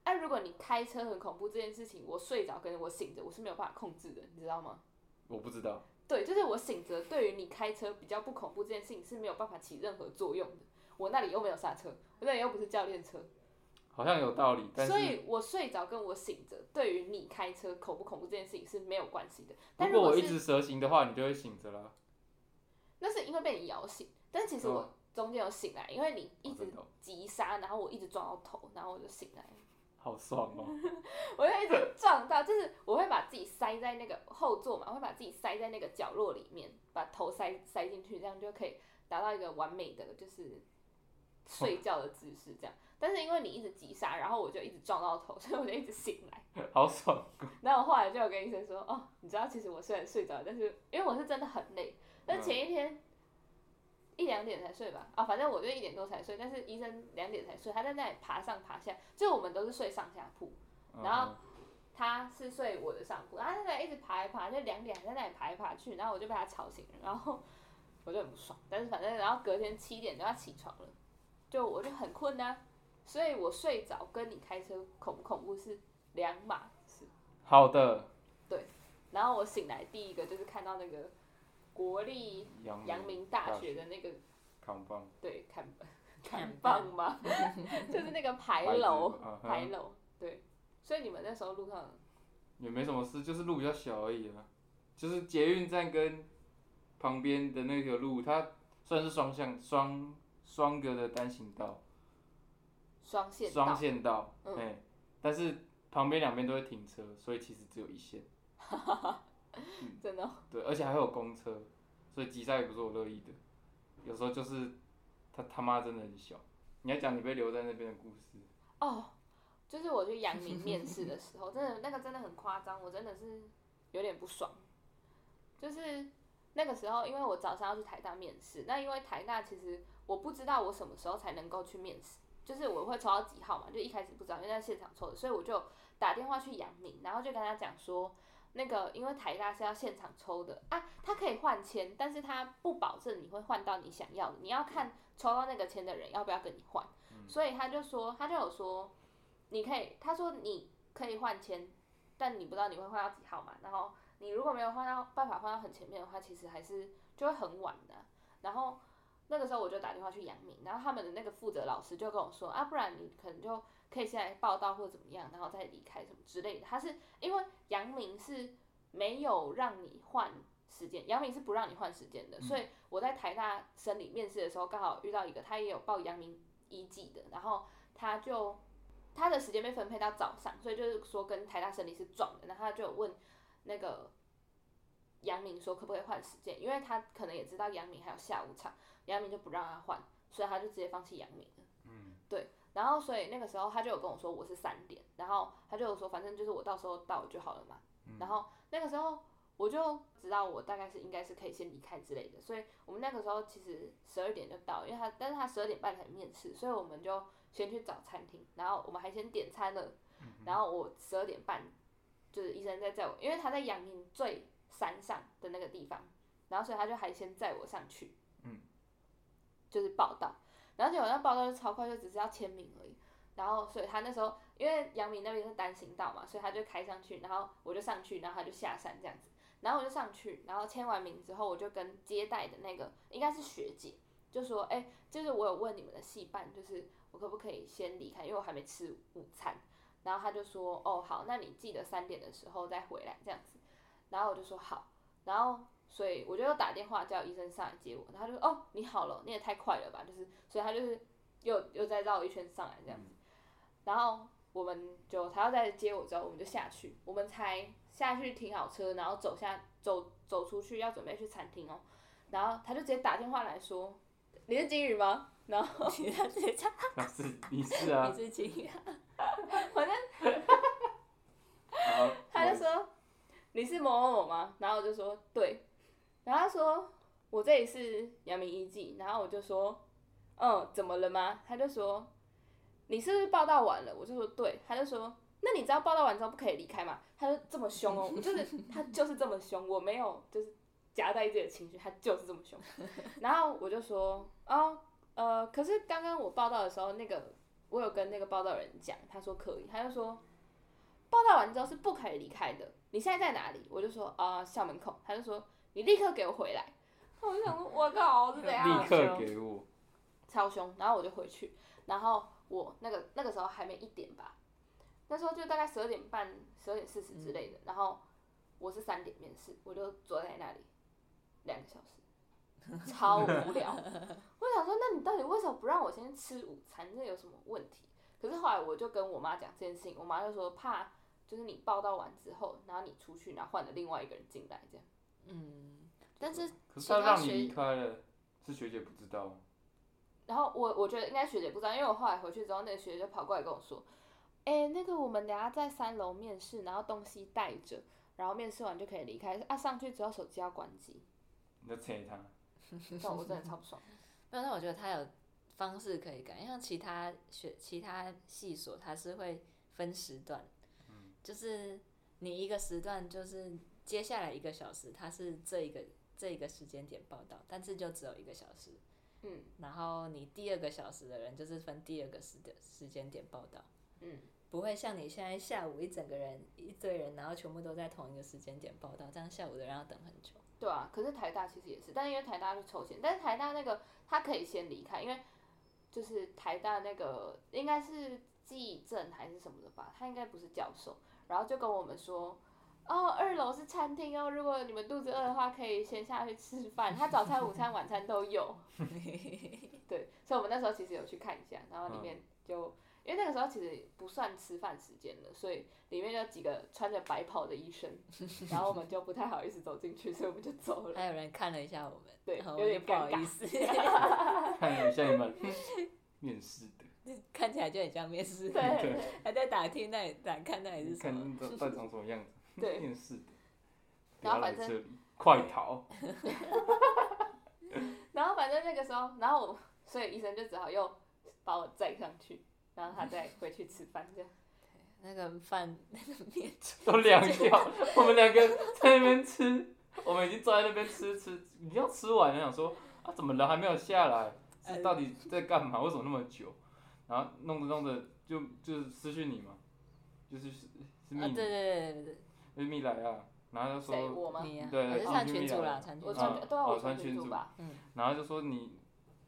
[SPEAKER 3] 哎、如果你开车很恐怖这件事情，我睡着跟我醒着我是没有办法控制的，你知道吗？
[SPEAKER 1] 我不知道，
[SPEAKER 3] 对，就是我醒着对于你开车比较不恐怖这件事情是没有办法起任何作用的。我那里又没有刹车，我那里又不是教练车，
[SPEAKER 1] 好像有道理，但
[SPEAKER 3] 所
[SPEAKER 1] 是
[SPEAKER 3] 以我睡着跟我醒着对于你开车恐不恐怖这件事情是没有关系的。但
[SPEAKER 1] 如
[SPEAKER 3] 如
[SPEAKER 1] 果
[SPEAKER 3] 果
[SPEAKER 1] 我
[SPEAKER 3] 是
[SPEAKER 1] 一直蛇行的话，你就会醒着了。
[SPEAKER 3] 那是因为被你摇醒，但其实我
[SPEAKER 1] 嗯
[SPEAKER 3] 中间有醒来，因为你一
[SPEAKER 1] 哦
[SPEAKER 3] 直
[SPEAKER 1] 真的哦
[SPEAKER 3] 急刹，然后我一直撞到头，然后我就醒来 了，
[SPEAKER 1] 好爽哦！
[SPEAKER 3] 我就一直撞到，就是我会把自己塞在那个后座嘛，我会把自己塞在那个角落里面，把头塞塞进去，这样就可以达到一个完美的就是睡觉的姿势，这样。但是因为你一直急刹，然后我就一直撞到头，所以我就一直醒来。
[SPEAKER 1] 好爽，
[SPEAKER 3] 然后我后来就有跟医生说，哦，你知道其实我虽然睡着了，但是因为我是真的很累，但前一天、一两点才睡吧，啊，反正我就一点多才睡，但是医生两点才睡，他在那里爬上爬下，就我们都是睡上下铺，然后
[SPEAKER 1] 嗯
[SPEAKER 3] 他是睡我的上铺，然后他在那里一直爬来爬，就两点还在那里爬来爬去，然后我就被他吵醒了，然后我就很不爽，但是反正然后隔天七点就要起床了，就我就很困啊，所以我睡着跟你开车恐不恐怖是两码事。
[SPEAKER 1] 嗯好的，
[SPEAKER 3] 然后我醒来第一个就是看到那个国立
[SPEAKER 1] 阳
[SPEAKER 3] 阳明大学的那个
[SPEAKER 1] 扛棒
[SPEAKER 3] 对看
[SPEAKER 2] 看
[SPEAKER 3] 棒吗？ 就是那个牌楼
[SPEAKER 1] 啊，嗯
[SPEAKER 3] 牌楼对，所以你们那时候路上
[SPEAKER 1] 也没什么事，就是路比较小而已啊。就是捷运站跟旁边的那条路，它虽然是双向双双个的单行道，
[SPEAKER 3] 双线
[SPEAKER 1] 双
[SPEAKER 3] 道，
[SPEAKER 1] 线道，哎、
[SPEAKER 3] 嗯
[SPEAKER 1] 但是旁边两边都会停车，所以其实只有一线。
[SPEAKER 3] 真的哦
[SPEAKER 1] 对，而且还会有公车，所以集赛也不是我乐意的。有时候就是他他妈真的很小。你要讲你被留在那边的故事，
[SPEAKER 3] 哦，就是我去阳明面试的时候，真的那个真的很夸张，我真的是有点不爽。就是那个时候，因为我早上要去台大面试，那因为台大其实我不知道我什么时候才能够去面试，就是我会抽到几号嘛，就一开始不知道，因为在现场抽的，所以我就打电话去阳明，然后就跟他讲说。那个，因为台大是要现场抽的啊，他可以换签，但是他不保证你会换到你想要的，你要看抽到那个签的人要不要跟你换。所以他就说，他就有说，你可以，他说你可以换签，但你不知道你会换到几号嘛。然后你如果没有换到办法换到很前面的话，其实还是就会很晚的啊、然后那个时候我就打电话去阳明，然后他们的那个负责老师就跟我说啊，不然你可能就可以先来报到或怎么样，然后再离开什么之类的。他是因为阳明是没有让你换。时间，阳明是不让你换时间的，所以我在台大生理面试的时候，刚好遇到一个，他也有报阳明一季的，然后他就他的时间被分配到早上，所以就是说跟台大生理是撞的，然后他就有问那个杨明说可不可以换时间，因为他可能也知道杨明还有下午场，杨明就不让他换，所以他就直接放弃杨明了。
[SPEAKER 1] 嗯，
[SPEAKER 3] 对。然后，所以那个时候他就有跟我说我是三点，然后他就有说反正就是我到时候到就好了嘛。
[SPEAKER 1] 嗯
[SPEAKER 3] 然后那个时候我就知道我大概是应该是可以先离开之类的，所以我们那个时候其实十二点就到，因为他但是他十二点半才面试，所以我们就先去找餐厅，然后我们还先点餐了，然后我十二点半就是医生在载我，因为他在阳明最山上的那个地方，然后所以他就还先载我上去，
[SPEAKER 1] 嗯，
[SPEAKER 3] 就是报道，然后结果那报道就超快，就只是要签名而已。然后，所以他那时候因为阳明那边是单行道嘛，所以他就开上去，然后我就上去，然后他就下山这样子，然后我就上去，然后签完名之后，我就跟接待的那个应该是学姐，就说，哎、就是我有问你们的戏办，就是我可不可以先离开，因为我还没吃午餐。然后他就说，哦，好，那你记得三点的时候再回来这样子。然后我就说好，然后所以我就又打电话叫医生上来接我，然后他就说，哦，你好了，你也太快了吧，就是，所以他就是又又再绕一圈上来这样子。然后我们就他要再接我之后，我们就下去，我们才下去停好车，然后走下走走出去要准备去餐厅哦。然后他就直接打电话来说，哎、你是金鱼吗？ 然后
[SPEAKER 2] 你在自己唱，
[SPEAKER 1] 那是你是啊
[SPEAKER 2] 你，是金鱼啊，
[SPEAKER 3] 反正
[SPEAKER 1] 然后
[SPEAKER 3] 他就说你是某某某吗？然后我就说对，然后他说我这里是阳明一技，然后我就说嗯，怎么了吗？他就说你是不是报道完了？我就说对，他就说那你知道报道完之后不可以离开吗？他就这么凶哦，我就是他就是这么凶，我没有就是夹带自己的情绪，他就是这么凶。 然后我就说哦呃，可是刚刚我报道的时候，那个我有跟那个报道人讲，他说可以，他就说报道完之后是不可以离开的。你现在在哪里？我就说啊、呃校门口。他就说你立刻给我回来。我就想说，我靠，是怎 样？
[SPEAKER 1] 立刻给我，
[SPEAKER 3] 超凶，然后我就回去，然后我那个那个时候还没一点吧，那时候就大概十二点半、十二点四十之类
[SPEAKER 2] 嗯
[SPEAKER 3] 的，然后我是三点面试，我就坐在那里两个小 时，超无聊。我想说，那你到底为什么不让我先吃午餐？这有什么问题？可是后来我就跟我妈讲这件事情，我妈就说怕就是你报道完之后，然后你出去，然后换了另外一个人进来这样。
[SPEAKER 2] 嗯，但是
[SPEAKER 1] 可是
[SPEAKER 2] 其
[SPEAKER 1] 他
[SPEAKER 2] 他
[SPEAKER 1] 让你
[SPEAKER 2] 学
[SPEAKER 1] 离开了，是学姐不知道吗，
[SPEAKER 3] 然后我我觉得应该学姐不知道，因为我后来回去之后，那个学姐就跑过来跟我说：“哎、那个我们等下在三楼面试，然后东西带着，然后面试完就可以离开。啊，上去之后手机要关机。
[SPEAKER 1] 你就扯他，”
[SPEAKER 3] 但我真的超不爽。
[SPEAKER 2] 但是我觉得他有方式可以改，因为像其他学其他系所，它是会分时段，就是你一个时段就是接下来一个小时，它是这一个这一个时间点报道，但是就只有一个小时，
[SPEAKER 3] 嗯
[SPEAKER 2] 然后你第二个小时的人就是分第二个时的时间点报道，
[SPEAKER 3] 嗯，
[SPEAKER 2] 不会像你现在下午一整个人一堆人，然后全部都在同一个时间点报道，这样下午的人要等很久。
[SPEAKER 3] 对啊。可是台大其实也是，但因为台大是抽签，但是台大那个他可以先离开，因为就是台大那个应该是技正还是什么的吧，他应该不是教授，然后就跟我们说。哦，二楼是餐厅哦。如果你们肚子饿的话，可以先下去吃饭。他早餐、午餐、晚餐都 有。对，所以我们那时候其实有去看一下，然后里面就、
[SPEAKER 2] 嗯
[SPEAKER 3] 因为那个时候其实不算吃饭时间了，所以里面有几个穿着白袍的医生，然后我们就不太好意思走进去，所以我们就走了。
[SPEAKER 2] 还有人看了一下我们，
[SPEAKER 3] 对
[SPEAKER 2] 然后
[SPEAKER 3] 有
[SPEAKER 2] 哦我
[SPEAKER 3] 点
[SPEAKER 2] 就不好
[SPEAKER 3] 尴尬
[SPEAKER 2] 意思，
[SPEAKER 1] 看了一下你们面试的，
[SPEAKER 2] 看起来就很像面试，
[SPEAKER 3] 对
[SPEAKER 2] 还在打听那里打看那里是什
[SPEAKER 1] 看
[SPEAKER 2] 么。
[SPEAKER 1] 你到底长什么样子，
[SPEAKER 3] 对，
[SPEAKER 1] 面试的，不
[SPEAKER 3] 然后
[SPEAKER 1] 要来
[SPEAKER 3] 反正
[SPEAKER 1] 这里，快逃，
[SPEAKER 3] 然后反正那个时候，然后我，所以医生就只好又把我载上去，然后他再回去吃饭这样。
[SPEAKER 2] 那个饭那个面，
[SPEAKER 1] 都凉 掉，我们两个在那边吃，我们已经坐在那边吃吃，你要吃完了，想说啊，怎么人还没有下来？
[SPEAKER 3] 呃
[SPEAKER 1] 是到底在干嘛？为什么那么久？然后弄着弄着就就是私讯你嘛，就是是是
[SPEAKER 2] 啊
[SPEAKER 1] 密
[SPEAKER 2] 对
[SPEAKER 1] 你，
[SPEAKER 2] 对对对对，
[SPEAKER 1] 是密来啊，然后就
[SPEAKER 3] 谁
[SPEAKER 1] 说，
[SPEAKER 3] 我吗？
[SPEAKER 2] 你啊，
[SPEAKER 1] 对
[SPEAKER 2] 我是
[SPEAKER 1] 啊
[SPEAKER 2] 传
[SPEAKER 1] 你
[SPEAKER 2] 群主啦，
[SPEAKER 1] 啊
[SPEAKER 2] 传群
[SPEAKER 3] 我
[SPEAKER 2] 主，
[SPEAKER 3] 穿
[SPEAKER 1] 啊
[SPEAKER 3] 对啊，
[SPEAKER 1] 哦
[SPEAKER 3] 我
[SPEAKER 1] 穿
[SPEAKER 3] 群
[SPEAKER 1] 群
[SPEAKER 3] 组
[SPEAKER 1] 组
[SPEAKER 3] 吧。
[SPEAKER 1] 然后就说你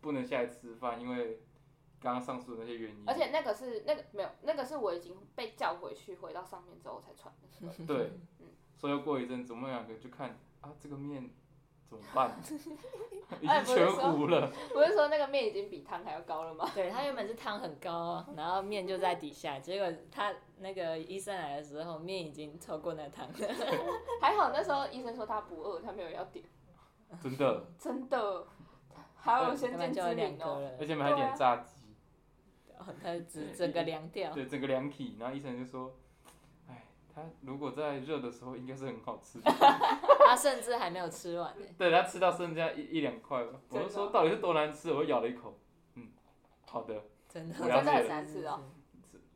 [SPEAKER 1] 不能下来吃饭，因为刚刚上述的那些原因。
[SPEAKER 3] 而且那个是那个没有，那个是我已经被叫回去，回到上面之后我才穿的。
[SPEAKER 1] 对
[SPEAKER 3] 嗯，
[SPEAKER 1] 所以又过一阵子，我们两个就看啊，这个面怎么 办？已
[SPEAKER 3] 哎
[SPEAKER 1] 经
[SPEAKER 3] 不是
[SPEAKER 1] 全
[SPEAKER 3] 说
[SPEAKER 1] 糊了，
[SPEAKER 3] 不是说那个面已经比汤还要高了吗？
[SPEAKER 2] 对他原本是汤很高，然后面就在底下，结果他那个医生来的时候，面已经超过那汤了。
[SPEAKER 3] 还好那时候医生说他不饿，他没有要点，
[SPEAKER 1] 真的。
[SPEAKER 3] 真的。还有先
[SPEAKER 2] 要不然就
[SPEAKER 3] 见之
[SPEAKER 2] 有两
[SPEAKER 3] 明
[SPEAKER 2] 个
[SPEAKER 3] 哦，
[SPEAKER 2] 了
[SPEAKER 1] 而，且我们还点炸鸡，
[SPEAKER 2] 然后他只整个凉
[SPEAKER 3] 啊
[SPEAKER 2] 掉。
[SPEAKER 1] 对，整个凉体。然后医生就说：“哎，他如果在热的时候，应该是很好吃 的。
[SPEAKER 2] 他甚至还没有吃完呢、
[SPEAKER 1] 对他吃到剩下一一两块吧。”我
[SPEAKER 3] 真的
[SPEAKER 1] 就说：“到底是多难吃？”我又咬了一口，嗯，好的，
[SPEAKER 2] 真的，
[SPEAKER 1] 我了
[SPEAKER 3] 真的
[SPEAKER 1] 解
[SPEAKER 3] 很难吃哦。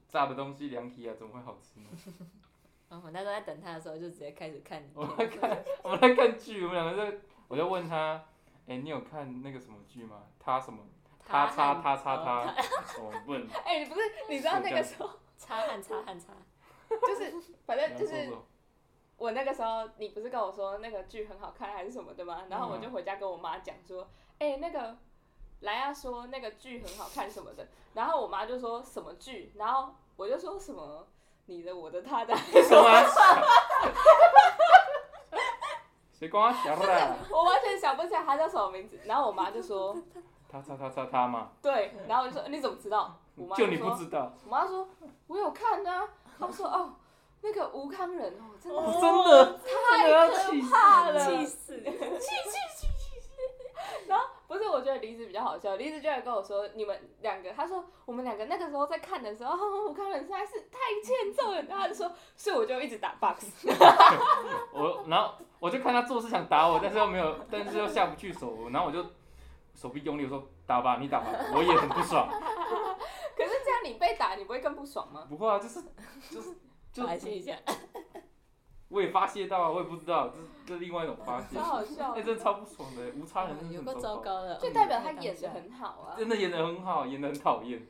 [SPEAKER 1] 炸的东西凉体啊，怎么会好吃呢？
[SPEAKER 2] 然后嗯我那时候在等他的时候，就直接开始看
[SPEAKER 1] 我们在看，我们在看剧，我们两个在，我就问他：“哎、你有看那个什么剧吗？他什么？他
[SPEAKER 2] 擦
[SPEAKER 1] 叉他叉
[SPEAKER 2] 哦
[SPEAKER 1] 他，我们不能
[SPEAKER 3] 哎、你不是你知道那个时候，
[SPEAKER 2] 擦汗擦汗 擦，
[SPEAKER 3] 就是反正就
[SPEAKER 1] 不能
[SPEAKER 3] 是
[SPEAKER 1] 说说
[SPEAKER 3] 我那个时候，你不是跟我说那个剧很好看还是什么的吗？
[SPEAKER 1] 嗯
[SPEAKER 3] 然后我就回家跟我妈讲说，哎、那个莱亚说那个剧很好看什么的，然后我妈就说什么剧，然后我就说什么你的我的他的，
[SPEAKER 1] 什么啊？谁管他小了？
[SPEAKER 3] 我完全想不起来他叫什么名字。然后我妈就说
[SPEAKER 1] 他叉他叉他嘛，
[SPEAKER 3] 对，然后我就说你怎么知道？我妈
[SPEAKER 1] 就你不
[SPEAKER 3] 说，
[SPEAKER 1] 知道。
[SPEAKER 3] 我妈说我有看啊，她说哦那个吴康仁哦，真的
[SPEAKER 1] 我真的太可
[SPEAKER 3] 怕了
[SPEAKER 2] 气死！
[SPEAKER 3] 然后不是，我觉得梨子比较好笑。梨子居然跟我说，你们两个，他说我们两个那个时候在看的时候，我看人实在是太欠揍了。然后他就说，所以我就一直打 box。
[SPEAKER 1] 我然后我就看他做事想打我，但是又没有，但是又下不去手，然后我就手臂用力，我说打吧，你打吧，我也很不爽。
[SPEAKER 3] 可是这样你被打，你不会更不爽吗？
[SPEAKER 1] 不会啊，就是就是就
[SPEAKER 2] 发泄一下，
[SPEAKER 1] 我也发泄到啊，我也不知道，这是这是另外一种发泄
[SPEAKER 3] 超，好笑啊
[SPEAKER 1] 哎、，真的超不爽的，无差人真的
[SPEAKER 2] 哦哎嗯有
[SPEAKER 1] 嗯很
[SPEAKER 2] 够糟
[SPEAKER 1] 糕，
[SPEAKER 2] 糕的，
[SPEAKER 3] 就代表他演的很好啊。
[SPEAKER 1] 真的演的很好，演的很讨厌，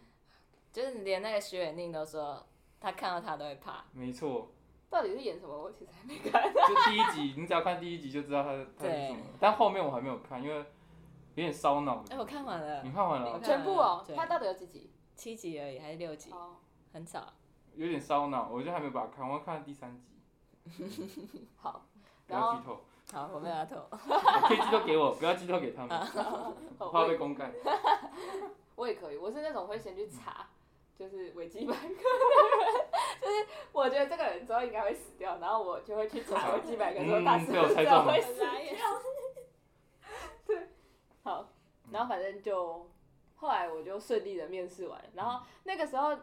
[SPEAKER 2] 就是连那个徐远宁都说，他看到他都会怕，
[SPEAKER 1] 没错，
[SPEAKER 3] 到底是演什么？我其实还没看。
[SPEAKER 1] 就第一集，你只要看第一集就知道他他是
[SPEAKER 2] 对
[SPEAKER 1] 什么，但后面我还没有看，因为有点烧脑
[SPEAKER 2] 哎、我看完了
[SPEAKER 1] 你看完
[SPEAKER 2] 你
[SPEAKER 1] 了，
[SPEAKER 2] 看
[SPEAKER 3] 全部哦
[SPEAKER 2] 对，
[SPEAKER 3] 他到底有几集？
[SPEAKER 2] 七集而已，还是六集，
[SPEAKER 3] 哦，
[SPEAKER 2] 很少。
[SPEAKER 1] 有点烧脑，我就还没把它看完，我看了第三 集，
[SPEAKER 3] 好，
[SPEAKER 1] 不
[SPEAKER 3] 然后
[SPEAKER 1] 要剧透，
[SPEAKER 2] 好，我没 有要投，
[SPEAKER 1] 可以剧透给我，不要剧透给他
[SPEAKER 2] 啊
[SPEAKER 1] 们，
[SPEAKER 3] 好
[SPEAKER 1] 怕
[SPEAKER 3] 我
[SPEAKER 1] 被
[SPEAKER 3] 也
[SPEAKER 1] 公干。
[SPEAKER 3] 我也可以，我是那种会先去查，就是维基百科的人，就是我觉得这个人之后应该会死掉，然后我就会去查维基百科说他
[SPEAKER 1] 嗯
[SPEAKER 3] 是
[SPEAKER 1] 被我
[SPEAKER 3] 不
[SPEAKER 1] 猜
[SPEAKER 3] 是
[SPEAKER 1] 中 了
[SPEAKER 3] 会死
[SPEAKER 2] 很傻眼
[SPEAKER 3] 掉。对，好，
[SPEAKER 1] 嗯
[SPEAKER 3] 然后反正就后来我就顺利的面试完了，然
[SPEAKER 1] 嗯
[SPEAKER 3] 后那个时候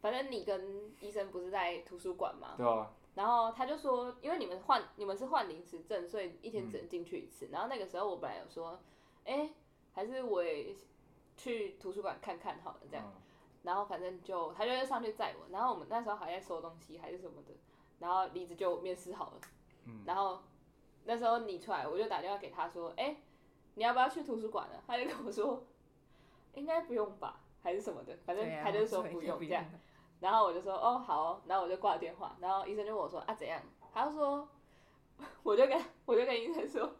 [SPEAKER 3] 反正你跟医生不是在图书馆嘛，
[SPEAKER 1] 对啊，
[SPEAKER 3] 然后他就说，因为你们换你们是换临时证，所以
[SPEAKER 1] 嗯
[SPEAKER 3] 一天只能进去一次。然后那个时候我本来有说，哎，还是我也去图书馆看看好了这样。
[SPEAKER 1] 嗯
[SPEAKER 3] 然后反正就他就上去载我，然后我们那时候还在收东西还是什么的，然后离子就面试好了，
[SPEAKER 1] 嗯
[SPEAKER 3] 然后那时候你出来，我就打电话给他说，哎，你要不要去图书馆呢、他就跟我说，应该不用吧，还是什么的，反正
[SPEAKER 2] 对啊
[SPEAKER 3] 他就说
[SPEAKER 2] 所以
[SPEAKER 3] 不
[SPEAKER 2] 就
[SPEAKER 3] 用
[SPEAKER 2] 不
[SPEAKER 3] 这样。然后我就说哦好哦然后我就挂电话，然后医生就问我说啊怎样？他就说， 我就跟我就跟医生说，